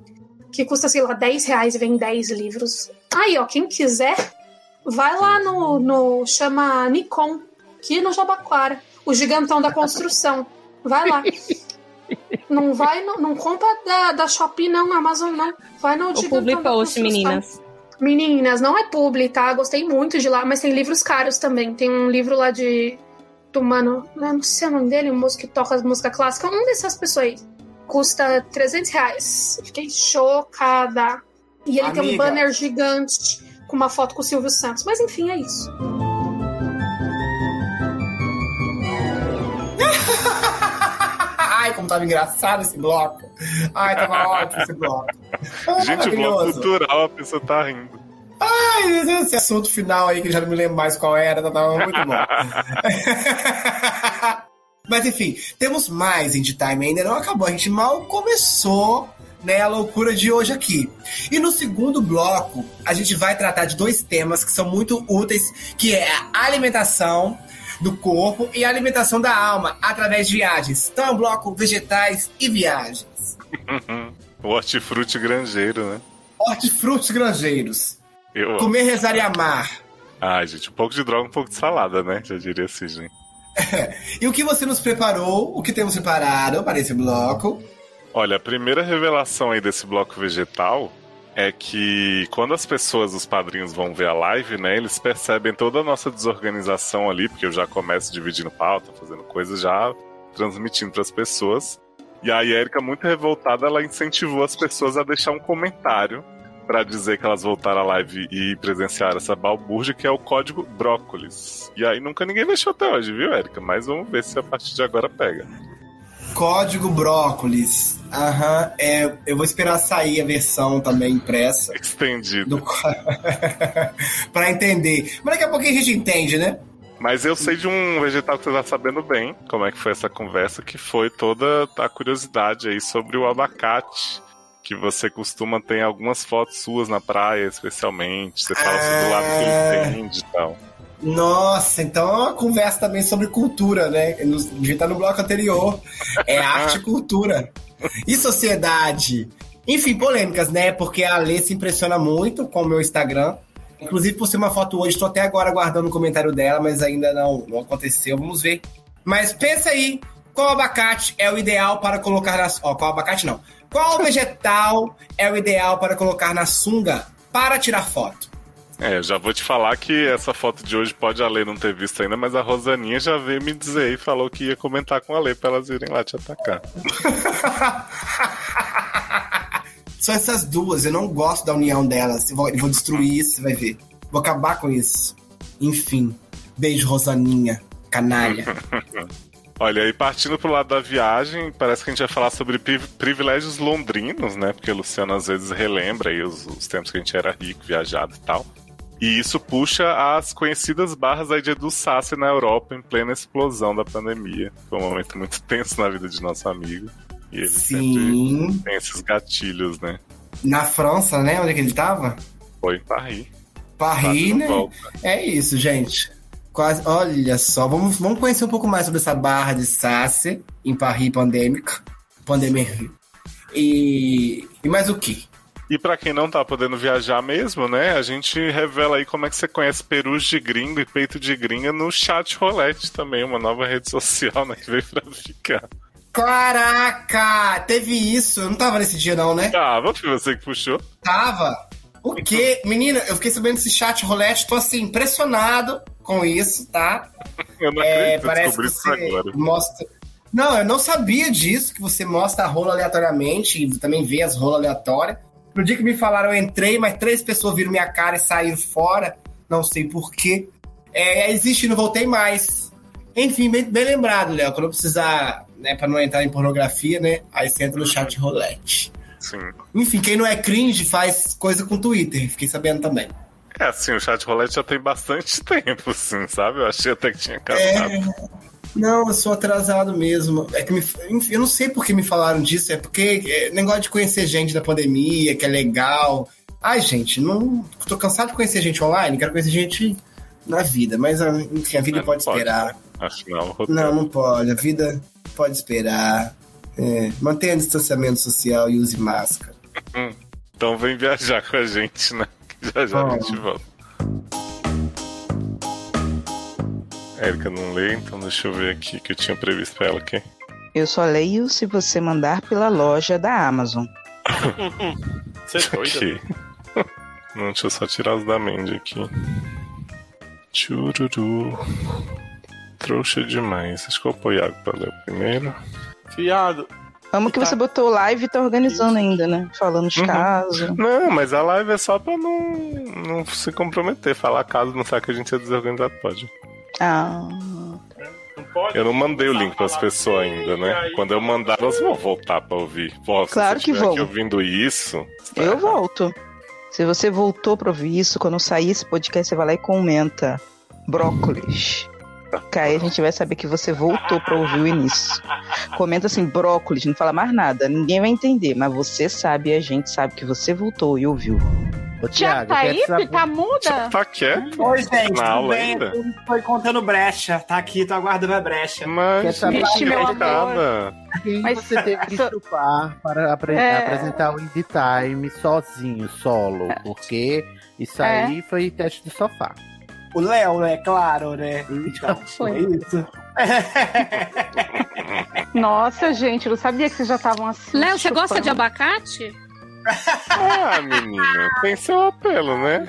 C: que custa, sei lá, 10 reais e vem 10 livros. Aí, ó, quem quiser, vai lá no, no chama Nikon, aqui no Jabaquara, o gigantão da construção. Vai lá. Não vai, no- não compra da, da Shopee, não, Amazon, não. Vai no
E: O
C: gigantão
E: Public
C: da
E: Post,
C: construção.
E: meninas.
C: Meninas, não é publi, tá? Gostei muito de lá, mas tem livros caros também. Tem um livro lá de do mano, eu não sei é o nome dele, o moço que toca música clássica, um dessas pessoas aí. Custa 300 reais. Eu Fiquei chocada. E ele tem um
A: Amiga.
C: banner gigante com uma foto com o Silvio Santos. Mas enfim, é isso.
A: Ai, como tava engraçado esse bloco. Ai, tava ótimo esse bloco. Ah,
B: Gente, o bloco
A: maravilhoso.
B: cultural, a pessoa tá rindo.
A: Ai, (laughs) esse assunto final aí, que eu já não me lembro mais qual era, tava muito bom. Mas enfim, temos mais Indie Time ainda, não acabou, a gente mal começou né, a loucura de hoje aqui. E no segundo bloco, a gente vai tratar de dois temas que são muito úteis, que é a alimentação do corpo e a alimentação da alma através de viagens. Então é um bloco vegetais e viagens.
B: o hortifruti granjeiro, né?
A: Hortifrutos granjeiros.
B: Eu amo.
A: Comer, rezar e amar.
B: Ai, gente, um pouco de droga, um pouco de salada, né? Já diria assim, gente.
A: E o que você nos preparou, o que temos preparado para esse bloco?
B: Olha, a primeira revelação aí desse bloco vegetal é que quando as pessoas, os padrinhos, vão ver a live, né? Eles percebem toda a nossa desorganização ali, porque eu já começo dividindo pauta, fazendo coisas, já transmitindo para as pessoas. E aí a Erika, muito revoltada, ela incentivou as pessoas a deixar um comentário para dizer que elas voltaram à live e presenciaram essa balbúrdia, que é o código brócolis. E aí nunca ninguém deixou até hoje, viu, Erika? Mas vamos ver se a partir de agora pega.
A: Código Brócolis. Aham, é, eu vou esperar sair a versão também impressa
B: Estendido.
A: (laughs) para entender. Mas daqui a pouquinho a gente entende, né?
B: Mas eu sei de um vegetal que você tá sabendo bem como é que foi essa conversa, que foi toda a curiosidade aí sobre o abacate. Que você costuma ter algumas fotos suas na praia, especialmente. Você fala sobre o lado que ele tem de tal.
A: Nossa, então é uma conversa também sobre cultura, né? A gente tá no bloco anterior. É arte e cultura. E sociedade. Enfim, polêmicas, né? Porque a Lê se impressiona muito com o meu Instagram. Inclusive, por ser uma foto hoje, estou até agora aguardando o comentário dela, mas ainda não, não aconteceu. Vamos ver. Mas pensa aí, qual abacate é o ideal para colocar na... Ó, qual abacate não. Qual vegetal é o ideal para colocar na sunga para tirar foto?
B: É, eu já vou te falar que essa foto de hoje pode a Lê não ter visto ainda, mas a Rosaninha já veio me dizer e falou que ia comentar com a Lê pra elas irem lá te atacar.
A: (laughs) São essas duas, eu não gosto da união delas. Eu vou, eu vou destruir isso, você vai ver. Vou acabar com isso. Enfim. Beijo, Rosaninha, canalha.
B: Olha, e partindo pro lado da viagem, parece que a gente vai falar sobre pri- privilégios londrinos, né? Porque o Luciano às vezes relembra aí os, os tempos que a gente era rico, viajado e tal. E isso puxa as conhecidas barras aí de Edu Sassi na Europa em plena explosão da pandemia. Foi um momento muito tenso na vida de nosso amigo. E ele
A: Sim.
B: tem esses gatilhos, né?
A: Na França, né? Onde é que ele tava?
B: Foi Tá pra rir.
A: Paris,
B: Quase não
A: né?
B: volta.
A: É isso, gente. Quase. Olha só, vamos, vamos conhecer um pouco mais sobre essa barra de Sassi em Paris pandêmica. Pandemia. E. E mais o quê?
B: E pra quem não tá podendo viajar mesmo, né? A gente revela aí como é que você conhece perus de gringo e peito de gringa no chat rolete também, uma nova rede social, né? Que veio pra ficar.
A: Caraca! Teve isso, eu não tava nesse dia, não, né?
B: Tava, foi Ah, você que puxou.
A: Tava. O quê? Menina, eu fiquei sabendo desse chat rolete, tô assim, impressionado com isso, tá?
B: Eu não
A: É,
B: acredito,
A: parece
B: descobri
A: que
B: isso
A: você
B: agora.
A: mostra. Não, eu não sabia disso, que você mostra a rola aleatoriamente e também vê as rolas aleatórias. No dia que me falaram, eu entrei, mas três pessoas viram minha cara e saíram fora. Não sei porquê. É, existe, não voltei mais. Enfim, bem, bem lembrado, Léo. Quando eu precisar, né, pra não entrar em pornografia, né? Aí você entra no chat rolete.
B: Sim.
A: Enfim, quem não é cringe faz coisa com Twitter, fiquei sabendo também.
B: É assim, o chat rolete já tem bastante (laughs) tempo, sim, sabe? Eu achei até que tinha
A: É,
B: casado.
A: Não, eu sou atrasado mesmo. É que me- enfim, eu não sei por que me falaram disso, é porque é negócio de conhecer gente da pandemia, que é legal. Ai, gente, não. Tô cansado de conhecer gente online, quero conhecer gente na vida, mas ah, enfim, a vida
B: Não, não
A: pode
B: pode. né?
A: esperar.
B: Acho que não, o roteiro.
A: Não, não pode. A vida pode esperar. É, mantenha distanciamento social e use máscara.
B: Então vem viajar com a gente, né? Que já já a gente volta. Érica não lê, então deixa eu ver aqui que eu tinha previsto pra ela aqui.
K: Eu só leio se você mandar pela loja da Amazon.
M: Você é né? doido?
B: Aqui. (laughs) Não, deixa eu só tirar os da Mandy aqui. Tchururu. trouxa demais. Acho que eu vou pôr o Iago pra ler o primeiro.
M: Fiado.
K: Amo que você botou live e tá organizando ainda, né? Falando os
B: Uhum.
K: casos.
B: Não, mas a live é só pra não, não se comprometer. Falar caso não sabe que a gente é desorganizado, pode.
K: Ah.
B: Eu não mandei o link pras pessoas ainda, né? Quando eu mandar, elas vão voltar pra ouvir. Pô, se
K: Claro
B: você
K: que
B: estiver aqui
K: vão.
B: ouvindo isso,
I: É.
K: Eu volto. Se você voltou pra ouvir isso, quando sair esse podcast, você vai lá e comenta. Brócolis. Que aí a gente vai saber que você voltou pra ouvir o início. Comenta assim, brócolis, não fala mais nada. Ninguém vai entender, mas você sabe e a gente sabe que você voltou e ouviu.
D: Ô,
I: Já tá aí? Tá muda?
B: tá quieto.
A: Oi, gente,
K: Na
A: tudo
K: aula
A: bem?
K: ainda?
A: Foi contando brecha. Tá aqui, tô aguardando a brecha.
B: Mas,
D: Vixe, meu
I: Quem
D: Mas
I: você teve
D: que
I: chupar
D: para apre-
I: É.
D: apresentar o In The Time sozinho, solo, porque isso
A: É.
D: aí foi teste de sofá.
A: O Léo, né? Claro, né? Então, foi isso.
I: Nossa, gente, eu não sabia que vocês já estavam assim.
N: Léo, você
I: chupando.
N: gosta de abacate?
B: Ah, menina, tem seu apelo, né?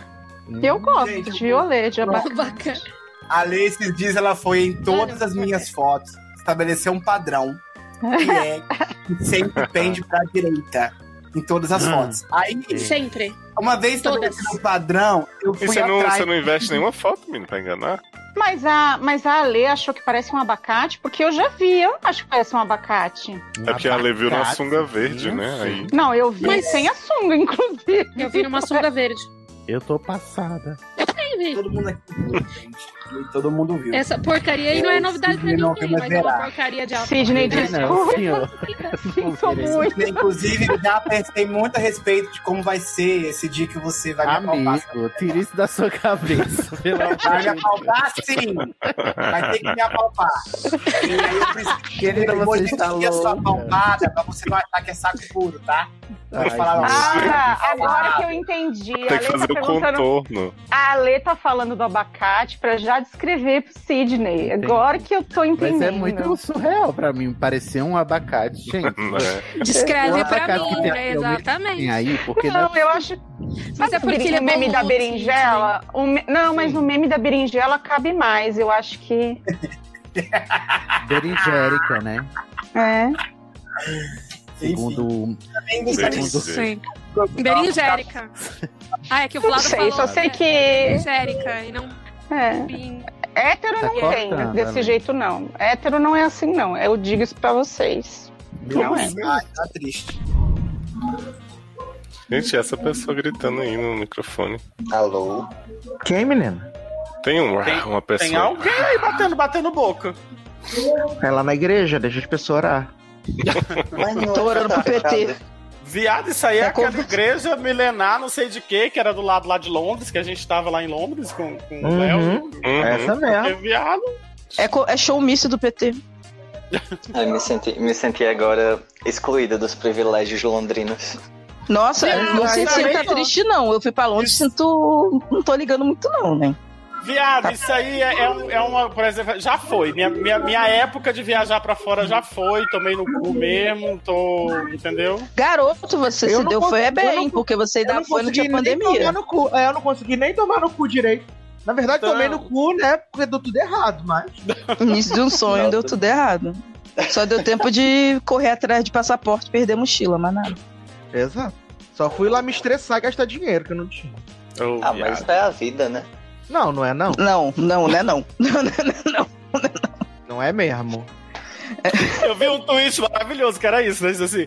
D: Um
I: Eu gosto de violê, de
A: não.
I: abacate.
A: A lei esses dias ela foi em todas as minhas fotos estabelecer um padrão que é que sempre pende pra direita em todas as
B: Hum.
A: fotos. Aí
N: Sempre.
A: uma vez estabelecido o padrão, eu
B: E
A: fui
B: você não,
A: atrás.
B: você não investe nenhuma foto, menino, pra enganar?
I: Mas a, mas a Ale achou que parece um abacate, porque eu já vi, eu não acho que parece um abacate.
D: um
B: É porque a Lê viu na
M: Abacate,
B: sunga verde, né? Aí.
I: Não, eu vi
N: Mas-
I: sem a sunga, (laughs) inclusive.
N: Eu vi numa sunga verde.
D: Eu tô
I: (laughs)
D: passada.
N: Eu também vi.
A: Todo mundo aqui. E todo mundo viu.
N: Essa porcaria aí não é novidade pra
A: Sidney não
N: ninguém,
A: vai
N: mas é uma
A: zerar.
N: porcaria de
I: Sidney,
A: desculpa.
I: (laughs) Sinto muito.
A: Inclusive, já pensei muito a respeito de como vai ser esse dia que você vai me palpar.
D: Amigo, tira isso da sua cabeça. (laughs) pelo amor
A: Vai me
D: de
A: apalpar,
D: Deus.
A: sim! Vai ter que me
F: (laughs)
A: apalpar. E aí eu preciso
D: Querida,
A: eu
D: Então você
A: vou
D: está
A: desmentir a sua
D: louca.
A: apalpada pra você não achar que é saco puro, tá? Eu vou
D: Ai,
A: falar lá.
I: Ah, agora que eu entendi.
B: (laughs) Tem que
I: a Ale
B: fazer
I: tá
B: o
I: perguntando-
B: contorno.
I: A Ale tá falando do abacate pra já descrever pro Sidney. Agora que eu tô entendendo.
D: Mas é muito surreal pra mim, parecer um abacate,
B: (laughs)
D: gente.
B: é.
N: Descreve
D: Um
N: pra
D: abacate
N: mim,
D: que tem-
N: né?
D: é o mesmo que
N: Exatamente.
D: tem aí, porque
I: não,
D: não- é
I: eu acho. Mas
N: é porque ele é
I: o meme
N: bom
I: da
N: moço,
I: berinjela? o me- Não, mas no meme da berinjela cabe mais. Eu acho que.
D: Berigérica, né?
I: É.
D: Segundo.
N: Sim. Beringérica. Ah, é que o Flávio
I: Não sei,
N: falou.
I: só sei
N: né?
I: que-
N: Beringérica e não...
I: É. Hétero
N: Tá
I: não tem
N: cortando,
I: desse
N: né?
I: jeito, não. Hétero não é assim, não. Eu digo isso pra vocês. Não é.
A: Ai, tá triste.
B: Gente, essa pessoa gritando aí no microfone.
A: Alô?
D: Quem, menina?
B: Tem um,
M: Tem-
B: uma pessoa.
M: Tem alguém aí batendo, batendo boca.
D: É lá na igreja, deixa as pessoas orar.
K: Tô orando pro PT.
M: Viado, isso aí é aquela igreja milenar, não sei de quê, que era do lado lá de Londres, que a gente tava lá em Londres com, com o Léo.
K: Uhum. Essa mesmo.
M: Porque, viado,
K: É, co- é showmício do PT.
O: (laughs) Eu me senti, me senti agora excluída dos privilégios londrinos.
K: Nossa,
M: Viado,
K: não sei se
M: também
K: ele tá
M: não.
K: triste, não. Eu fui pra Londres, sinto. Não tô ligando muito, não, né?
M: Viado, isso aí é, é um- é uma. Por exemplo, já foi. Minha, minha, minha época de viajar pra fora já foi. Tomei no cu mesmo. Tô. Entendeu?
K: Garoto, você
M: Eu não
K: se deu foi
M: consigo-
K: é
M: eu
K: bem,
M: não-
K: porque você
M: eu
K: ainda
M: não
K: foi não tinha
M: consegui nem
K: é pandemia.
F: tomar no cu. É, eu não consegui nem tomar no cu direito. Na verdade,
K: Então-
F: tomei no cu, né? Porque deu tudo errado, mas.
K: Início de um sonho, deu tudo errado. Só deu tempo de correr atrás de passaporte, perder mochila, mas nada.
F: Exato. Só fui lá me estressar e gastar dinheiro que eu não tinha.
O: ah, mas isso é a vida, né?
F: Não, não é não.
K: Não, não, né não. (laughs)
F: Não é mesmo.
M: Eu vi um tweet maravilhoso que era isso, né? Diz assim.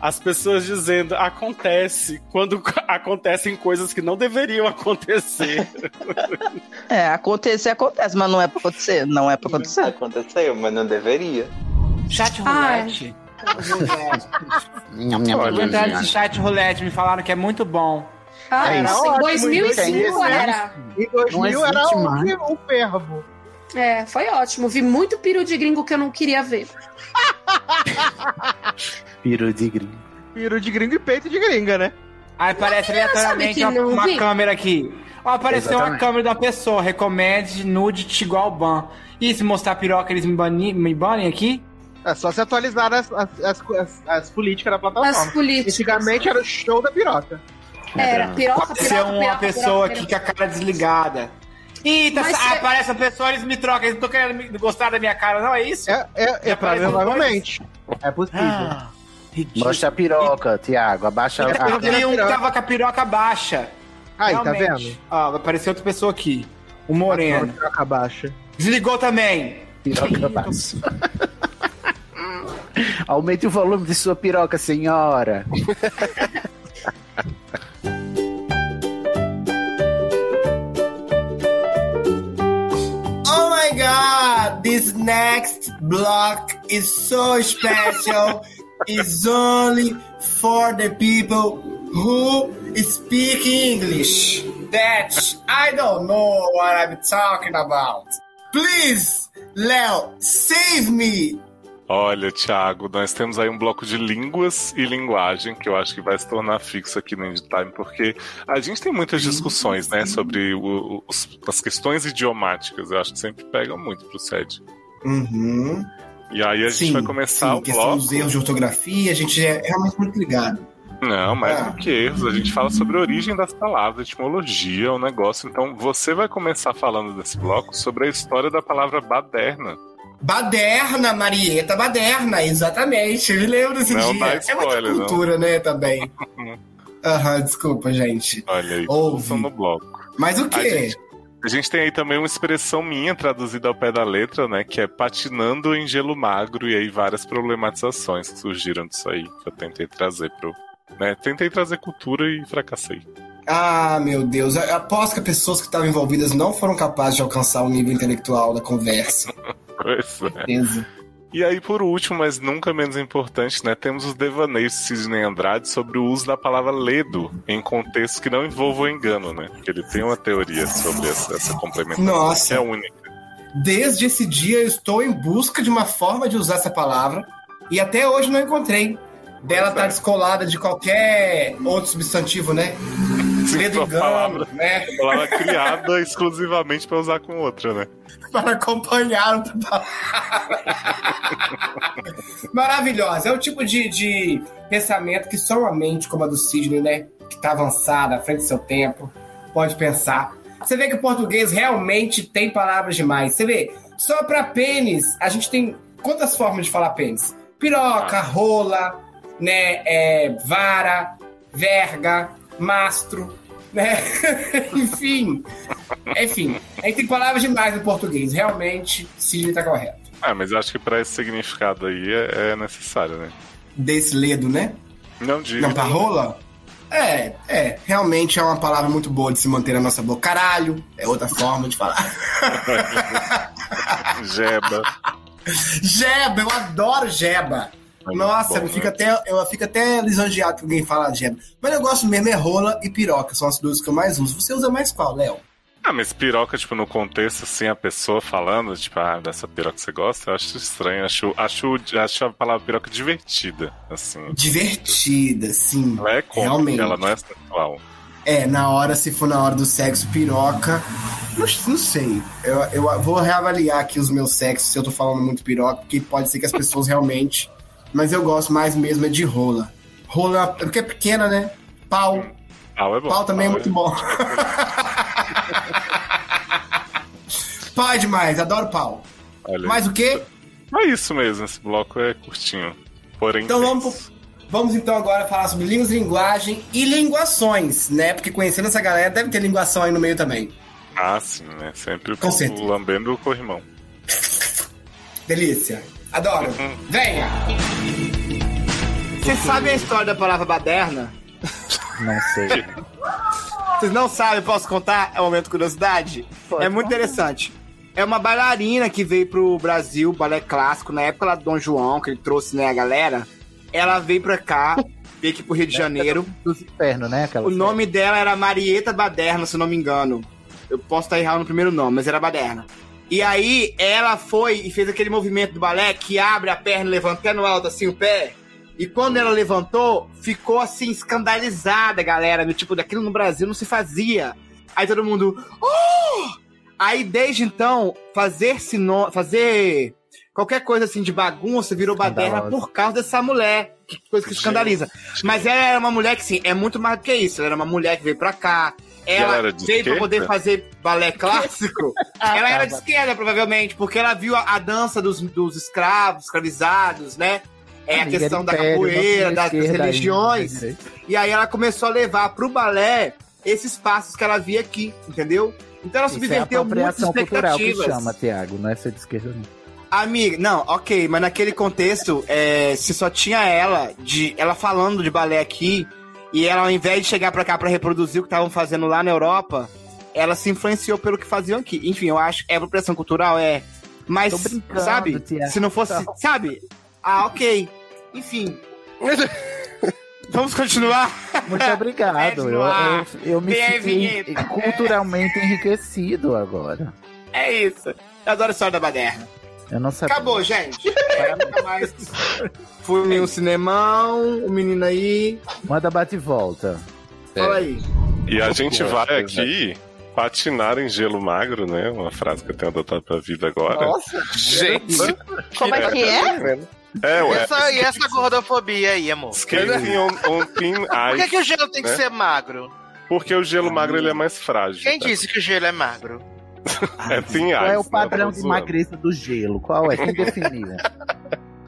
M: As pessoas dizendo acontece quando (laughs) acontecem coisas que não deveriam acontecer.
K: É, acontecer acontece, mas não é pra acontecer. Não é pra acontecer.
O: Aconteceu, mas não deveria.
A: Chat roulette. Perguntaram esse chat roulette, me falaram que é muito bom.
F: Ah,
I: É
A: Era
F: isso.
A: ótimo, é
F: 2005
A: era.
F: Em 2000 era
A: existe
F: o,
A: mais.
F: o fervo.
N: É, foi ótimo. Vi muito peru de gringo que eu não queria ver.
D: Piru de gringo.
F: Piro de gringo e peito de gringa, né?
A: Aí aparece
F: Mas criança
A: aleatoriamente
F: sabe que
A: uma,
F: não,
A: uma
F: vi.
A: câmera aqui. Ó, apareceu uma
F: Exatamente.
A: câmera da pessoa, recomende nude Tigual ban. E se mostrar piroca, eles me, bani, me banem aqui?
F: É só se atualizar as, as, as, as- as políticas da plataforma.
A: As
F: políticas. Antigamente era o show da piroca.
A: Apareceu uma pessoa aqui com a cara desligada.
F: Ih, tá,
P: Mas
F: ah,
P: cê-
F: aparece a pessoa, eles me trocam, eles não estão querendo me- gostar da minha cara, não é isso?
P: É, é, é provavelmente.
D: É possível.
F: Ah,
D: Mostra a piroca, Tiago. Abaixa a.
F: Eu vi um que tava com a piroca baixa.
P: Aí, tá
F: Realmente.
P: vendo? Tá
F: Ó, vai aparecer outra pessoa aqui. O
A: é
F: Moreno.
P: Piroca baixa.
F: Desligou também.
D: (laughs) Piroca baixa. Aumente o volume de sua piroca, senhora.
A: Oh my god, this next block is so
P: (laughs)
A: special. it's only for the people who speak English. That I don't know what I'm talking about. Please, Leo, save me.
B: Olha, Thiago, nós temos aí um bloco de línguas e linguagem que eu acho que vai se tornar fixo aqui no End Time, porque a gente tem muitas discussões, né, sobre o- os- as questões idiomáticas. Eu acho que sempre pega muito pro SED.
A: Uhum.
B: E aí a gente vai começar o
A: questão
B: bloco.
A: dos erros de ortografia, a gente é realmente muito ligado.
B: Não, mais
A: Ah.
B: do que erros. A gente fala sobre a origem das palavras, etimologia, o negócio. Então você vai começar falando desse bloco sobre a história da palavra baderna.
A: Baderna, Marieta Baderna, exatamente. Eu me lembro desse
B: Não
A: dia.
B: dá
A: é muita
B: spoiler, não.
A: cultura,
B: (laughs)
A: né, também. Aham, desculpa, gente.
B: Olha aí,
A: Ouve.
B: no bloco.
A: Mas o
B: A
A: quê?
B: gente, a gente tem aí também uma expressão minha traduzida ao pé da letra, né? Que é patinando em gelo magro, e aí várias problematizações que surgiram disso aí, que eu tentei trazer pro. Né? Tentei trazer cultura e fracassei. (laughs)
A: Ah, meu Deus. Eu aposto que as pessoas que estavam envolvidas não foram capazes de alcançar o nível intelectual
B: (laughs)
A: da conversa.
B: Pois é.
A: Beleza.
B: E aí, por último, mas nunca menos importante, né? Temos os devaneios de Sidney Andrade sobre o uso da palavra ledo em contextos que não envolvam engano, né? Porque ele tem uma teoria sobre essa, essa complementação
A: Nossa.
B: que é única.
A: Desde esse dia eu estou em busca de uma forma de usar essa palavra e até hoje não encontrei. Dela
B: é.
A: tá descolada de qualquer outro
B: (laughs)
A: substantivo, né? Ledo engano, né?
B: Uma palavra criada exclusivamente pra usar com outra, né?
A: para acompanhar o (laughs) Maravilhosa. É o tipo de, de pensamento que só uma mente como a do Sidney, né? Que tá avançada, à frente do seu tempo, pode pensar. Você vê que o português realmente tem palavras demais. Você vê, só pra pênis, a gente tem quantas formas de falar pênis? Piroca, rola, né? é, vara, verga, mastro, né? (laughs) Enfim. Enfim, aí tem palavras demais no português. Realmente, Sidney tá correto.
B: Ah, mas eu acho que pra esse significado aí é, é necessário, né?
A: Desse ledo, né?
B: Não digo.
A: Não, tá. pra rola? É, é. Realmente é uma palavra muito boa de se manter na nossa boca. Caralho, é outra forma de falar. (laughs)
B: Jeba.
A: Jeba, eu adoro jeba. Nossa,
B: bom,
A: eu,
B: né?
A: fico até, eu fico até lisonjeado que alguém fala jeba. Mas eu gosto mesmo é rola e piroca, são as duas que eu mais uso. Você usa mais qual, Léo?
B: Ah, mas piroca, tipo, no contexto, assim, a pessoa falando, tipo, ah, dessa piroca você gosta, eu acho estranho. Acho, acho, acho a palavra piroca divertida, assim.
A: Divertida, sim.
B: Ela é cômica,
A: Realmente.
B: ela não é sexual.
A: É, na hora, se for na hora do sexo, piroca. Não, não sei. Eu, eu vou reavaliar aqui os meus sexos se eu tô falando muito piroca, porque pode ser que as pessoas realmente. Mas eu gosto mais mesmo é de rola. Rola, é porque é pequena, né? Pau.
B: Pau é bom.
A: Pau também é
B: (laughs)
A: muito bom. pau é demais, adoro pau.
B: Olha aí.
A: Mais o quê?
B: É isso mesmo, esse bloco é curtinho. Porém, é
A: Então vamos, pro- vamos então agora falar sobre línguas, linguagem e linguações, né? Porque conhecendo essa galera, deve ter linguação aí no meio também.
B: ah, sim, né? Sempre o
A: Com certeza.
B: povo lambendo o corrimão.
A: Delícia. Adoro. Venha!
F: Vocês sabem a história da palavra baderna?
D: Não sei.
F: Vocês não sabem, posso contar? É um momento de curiosidade? é muito interessante. É uma bailarina que veio pro Brasil, balé clássico, na época lá do Dom João, que ele trouxe, né, a galera. Ela veio pra cá, veio aqui pro Rio de Janeiro.
D: Inferno, né? Aquela
F: O nome dela era Marieta Baderna, se não me engano. Eu posso estar errado no primeiro nome, mas era Baderna. E aí ela foi e fez aquele movimento do balé que abre a perna levantando alto assim o pé. E quando ela levantou, ficou assim escandalizada, galera. Do tipo, daquilo no Brasil não se fazia. Aí todo mundo. Oh! Aí desde então, fazer sino... fazer qualquer coisa assim de bagunça virou baderna
D: Escandalosa.
F: por causa dessa mulher. Que coisa que escandaliza. Mas ela era uma mulher que, sim, é muito mais do que isso. Ela era uma mulher que veio pra cá.
A: ela,
B: era de É.
A: veio pra
B: esquerda?
A: poder fazer balé
D: (laughs)
A: clássico,
B: Ah,
A: ela
B: tá,
A: era de
B: tá.
A: esquerda, provavelmente, porque ela viu a, a dança dos, dos escravos, escravizados, né? É a
D: Amiga,
A: questão
D: era
A: da
D: império,
A: capoeira,
D: não tinha
A: das, das
D: esquerda ainda,
A: religiões.
D: entendeu?
A: E aí ela começou a levar pro balé esses passos que ela via aqui, entendeu? Então ela
D: Isso
A: subverteu
D: é
A: muitas
D: apropriação cultural que
A: expectativas.
D: chama, Tiago, não é ser de esquerda, não.
A: (laughs) Amiga, não, ok, mas naquele contexto, é, se só tinha ela, de, ela falando de balé aqui, e ela ao invés de chegar pra cá pra reproduzir o que estavam fazendo lá na Europa, ela se influenciou pelo que faziam aqui. Enfim, eu acho é apropriação cultural, é. Mas,
D: Tô brincando,
A: sabe?
D: Tiago.
A: Se não fosse. Sabe? Ah, ok. Enfim.
D: (laughs)
A: Vamos continuar?
D: Muito obrigado. eu, eu, eu me
A: Vem aí,
D: senti
A: vinheta.
D: culturalmente enriquecido agora.
A: É isso. Eu adoro a história da baderna.
D: Eu não sabia.
A: Acabou, gente. É, nunca mais. Fui
D: É.
A: no cinemão, o menino aí.
D: Manda bate e volta.
A: Fala aí.
B: E a gente
D: Gosto,
B: vai aqui patinar em gelo magro, né? Uma frase que eu tenho adotado pra vida agora. Gente!
Q: Como é que é?
B: É, ué.
Q: Essa, e essa gordofobia aí, amor?
B: Skating on, on thin
Q: Por que,
B: ice,
Q: que o gelo tem que
B: né?
Q: ser magro?
B: Porque o gelo magro ele é mais frágil.
Q: Quem
B: tá?
Q: disse que o gelo é magro?
B: É thin
D: Qual
B: ice,
D: é o
B: né?
D: padrão
B: Eu tô
D: de
B: zoando.
D: magreza do gelo? Qual é? Quem definiu?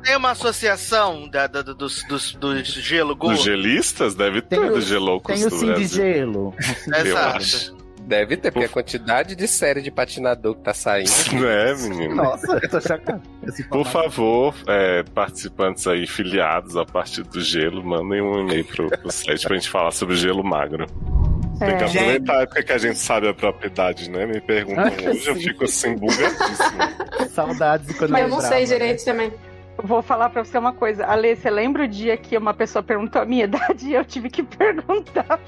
Q: Tem uma associação da, da- do- dos, dos, dos gelo gordo?
B: Dos gelistas? Deve ter,
Q: o-
B: dos geloucos
Q: tem o
B: do
Q: sim de
B: Brasil.
D: Gelo.
B: Eu
R: Exato.
B: acho.
R: (laughs) Deve ter, porque a quantidade de série de patinador que tá saindo.
B: Não (laughs) é, menino?
D: Nossa, eu tô chocado. Esse
B: Por
D: formato.
B: favor, é, participantes aí filiados a partir do gelo, mandem um e-mail pro, pro site pra gente falar sobre o gelo magro. Tem que
A: É.
B: aproveitar a época que a gente sabe a propriedade, né? Me perguntam
D: Ah,
B: hoje, eu
D: sim.
B: fico assim, bugadíssimo.
D: Saudades de quando
I: Mas
D: eu
I: eu não
D: lembrava.
I: sei
D: né?
C: direito também.
I: Vou falar pra você uma coisa. Ale, você lembra o dia que uma pessoa perguntou a minha (laughs) idade e eu tive que perguntar?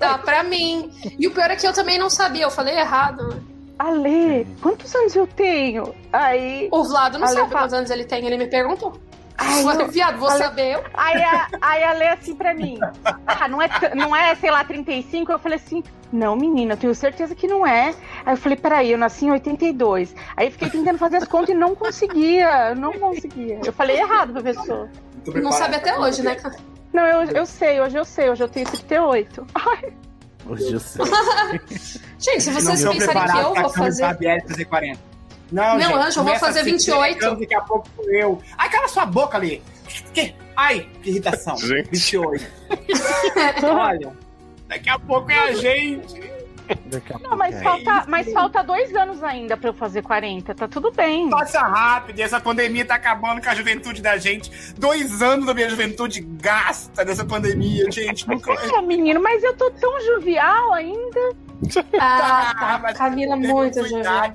C: Tá, pra mim. E o pior é que eu também não sabia, eu falei errado.
I: Ale, quantos anos eu tenho? Aí.
C: O Vlado não
I: Ale
C: sabe
I: fala-
C: quantos anos ele tem, ele me perguntou.
I: Ai,
C: Ué,
I: eu-
C: viado, vou
I: Ale-
C: saber eu.
I: Aí a, aí a Lê assim pra mim, ah, não é, t- não é, sei lá, 35? Eu falei assim, não, menina, eu tenho certeza que não é. Aí eu falei, peraí, eu nasci em 82. Aí eu fiquei tentando fazer as contas e não conseguia, não conseguia. Eu falei errado, professor.
C: Não sabe até hoje, né, cara?
I: Não, eu, eu sei, hoje eu sei, hoje eu tenho 38. Ai,
D: Hoje eu sei.
C: Gente, se vocês
A: Não
C: pensarem
A: tô
C: que
A: preparado
C: eu tá
A: pra
C: vou
A: Cami
C: fazer.
A: Barbieri fazer 40.
C: Não, Anjo, eu vou
A: começa assim,
C: fazer
A: a se
C: 28.
A: entregando, Daqui a pouco sou eu. Ai, cala sua boca ali. Que- Ai, que irritação.
B: Gente.
C: (laughs)
A: 28. Olha, daqui a pouco é a gente.
I: (laughs) não, mas
C: É
I: tá falta, mas falta dois anos ainda pra eu fazer 40, tá tudo bem.
A: Passa rápido, e essa pandemia tá acabando com a juventude da gente. Dois anos da minha juventude gasta nessa pandemia, gente. Nunca...
I: É, menino, mas eu tô tão jovial ainda.
C: Ah, tá, Camila, muito jovial.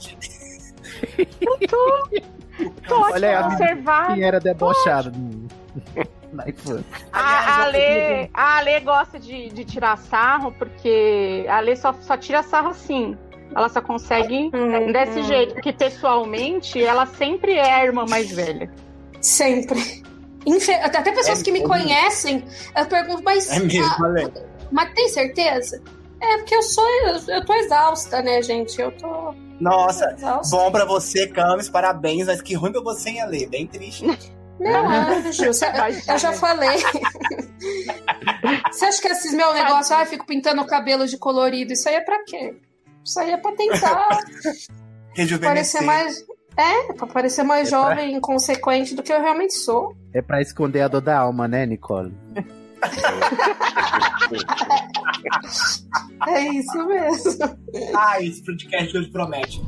I: Eu tô. Tô
D: Olha,
I: ótimo
D: a
I: conservado.
D: quem era debochado no- na infância.
I: A, a, Ale, É, a Ale gosta de, de tirar sarro, porque a Ale só, só tira sarro assim. Ela só consegue
C: Hum,
I: desse
S: É.
I: jeito, porque pessoalmente ela sempre é a irmã mais velha.
C: Sempre. Infe- Até pessoas
I: É
C: que me
I: mesmo?
C: conhecem, eu pergunto, mas.
A: É mesmo,
C: ah,
A: Ale.
C: mas tem certeza? É, porque eu sou. Eu, eu tô exausta, né, gente? Eu tô.
A: Nossa,
C: Exausto.
A: bom pra você, Camis, parabéns, mas que ruim pra você, hein, Ale?
E: (laughs)
A: Bem triste.
C: Não, é, Ju, cê- eu já (laughs) falei. Você acha que esses meus negócios, ah, eu fico pintando o cabelo de colorido, isso aí é pra quê? Isso aí é (laughs) pra tentar parecer
D: Rejuvenescer.
C: mais. É, pra parecer mais jovem, inconsequente do que eu realmente sou.
D: É pra esconder a dor da alma, né, Nicole?
C: É isso mesmo.
A: Ai, Ah, esse podcast hoje promete.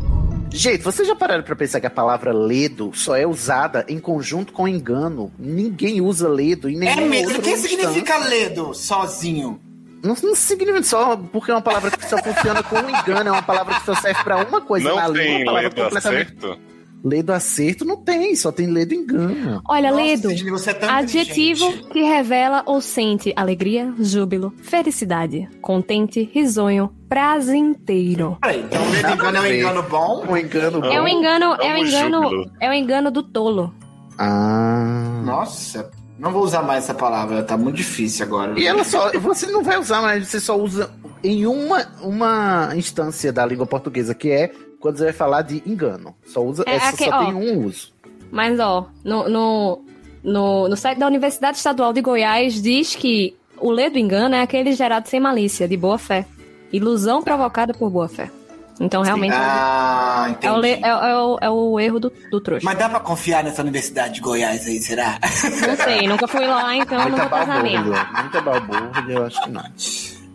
D: Gente, vocês já pararam pra pensar que a palavra ledo só é usada em conjunto com engano? Ninguém usa ledo em nenhum
A: É mesmo.
D: outro
A: O que
D: instante.
A: significa ledo sozinho?
D: Não, não significa só porque é uma palavra que só funciona com engano, é uma palavra que só serve pra uma coisa na
B: Não
D: língua,
B: tem
D: é uma
B: ledo
D: palavra
B: acerto?
D: Ledo acerto não tem, só tem ledo engano.
E: Olha, Ledo,
A: é tão
E: adjetivo que revela ou sente alegria, júbilo, felicidade, contente, risonho, prazenteiro.
A: Então, ledo engano é um engano bom?
D: Um engano
E: É um engano, é um engano, é um engano do tolo.
D: Ah.
A: Nossa, não vou usar mais essa palavra, tá muito difícil agora.
D: E ela só. Você não vai usar, mas você só usa em uma, uma instância da língua portuguesa, que é quando você vai falar de engano. Só usa.
E: É,
D: essa
E: aqui,
D: só
E: ó.
D: tem um uso.
E: Mas ó, no, no, no, no site da Universidade Estadual de Goiás diz que o ledo engano é aquele gerado sem malícia, de boa fé. Ilusão provocada por boa fé. Então, realmente.
T: Ah,
E: é, o,
T: entendi.
E: le- é, é o, é o erro do, do trouxa.
T: Mas dá pra confiar nessa Universidade de Goiás aí,
A: (laughs)
T: será?
E: Não sei, nunca fui lá, então eu não
T: tá
E: vou passar mesmo.
T: muita balbúrdia, eu acho que não.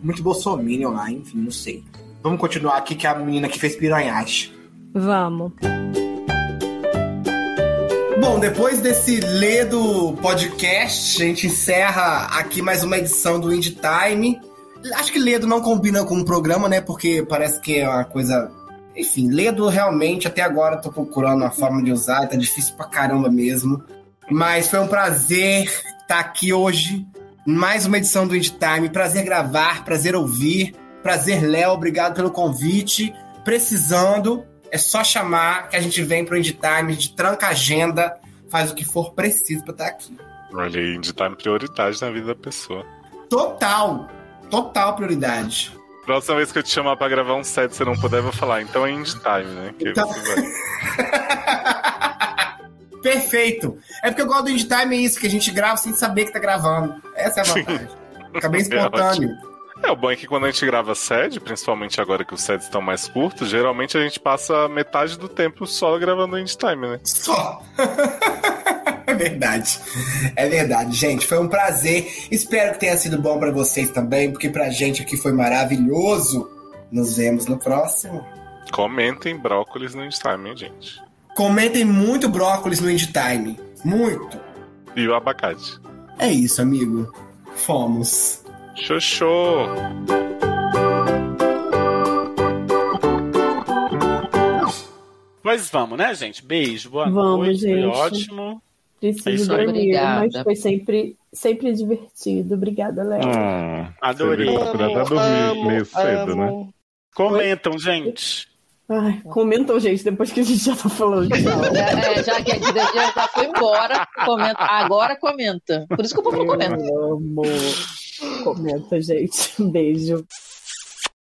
T: Muito bolsominion lá, enfim, não sei. Vamos continuar aqui
A: é
T: que a menina que fez piranhagem.
E: Vamos.
A: Bom, depois desse ledo podcast, a gente encerra aqui mais uma edição do Indie Time. Acho que ledo não combina com o programa, né? Porque parece que é uma coisa. Enfim, ledo realmente, até agora eu tô procurando uma forma de usar, tá difícil pra caramba mesmo. Mas foi um prazer estar aqui hoje. Mais uma edição do Indie Time. Prazer gravar, prazer ouvir. Prazer, Léo, obrigado pelo convite. Precisando, é só chamar que a gente vem pro Indie Time, a gente tranca a agenda, faz o que for preciso pra estar aqui.
B: Olha aí, de dar prioridade na vida da pessoa.
A: Total, total prioridade.
B: Próxima vez que eu te chamar pra gravar um set e você não puder, eu vou falar. Então é indie time, né? Que
A: Então-
B: você vai.
A: Perfeito. É porque eu gosto do Indie Time, é isso, que a gente grava sem saber que tá gravando. Essa é a vantagem. Fica bem espontâneo.
B: É, o bom é que quando a gente grava sede, principalmente agora que os sets estão mais curtos, geralmente a gente passa metade do tempo só gravando indie time, né?
A: Só! (laughs) É verdade. É verdade, gente. Foi um prazer. Espero que tenha sido bom pra vocês também, porque pra gente aqui foi maravilhoso. Nos vemos no próximo.
B: Comentem brócolis no indie time, hein, gente?
A: Comentem muito brócolis no Indie Time. Muito.
B: E o abacate.
A: É isso, amigo. Fomos.
B: Xoxô!
M: Mas vamos, né, gente? Beijo, boa
J: Vamos,
M: noite. foi
J: gente.
M: Ótimo.
J: Preciso
M: É isso aí.
J: dormir, né?
M: Obrigada.
J: mas foi sempre, sempre divertido. Obrigada, Léo.
C: Ah.
M: Adorei.
J: Hum, Você devia procurar até dormir Amo, meio cedo, amo. né?
M: Comentam, gente.
J: Ai, comentam, gente, depois que a gente já
M: (laughs)
J: tá falando. Tchau.
S: É, já que a gente já já foi embora, comenta. agora comenta. Por isso que o povo não comenta.
J: Amor. Comenta, gente. Um Beijo.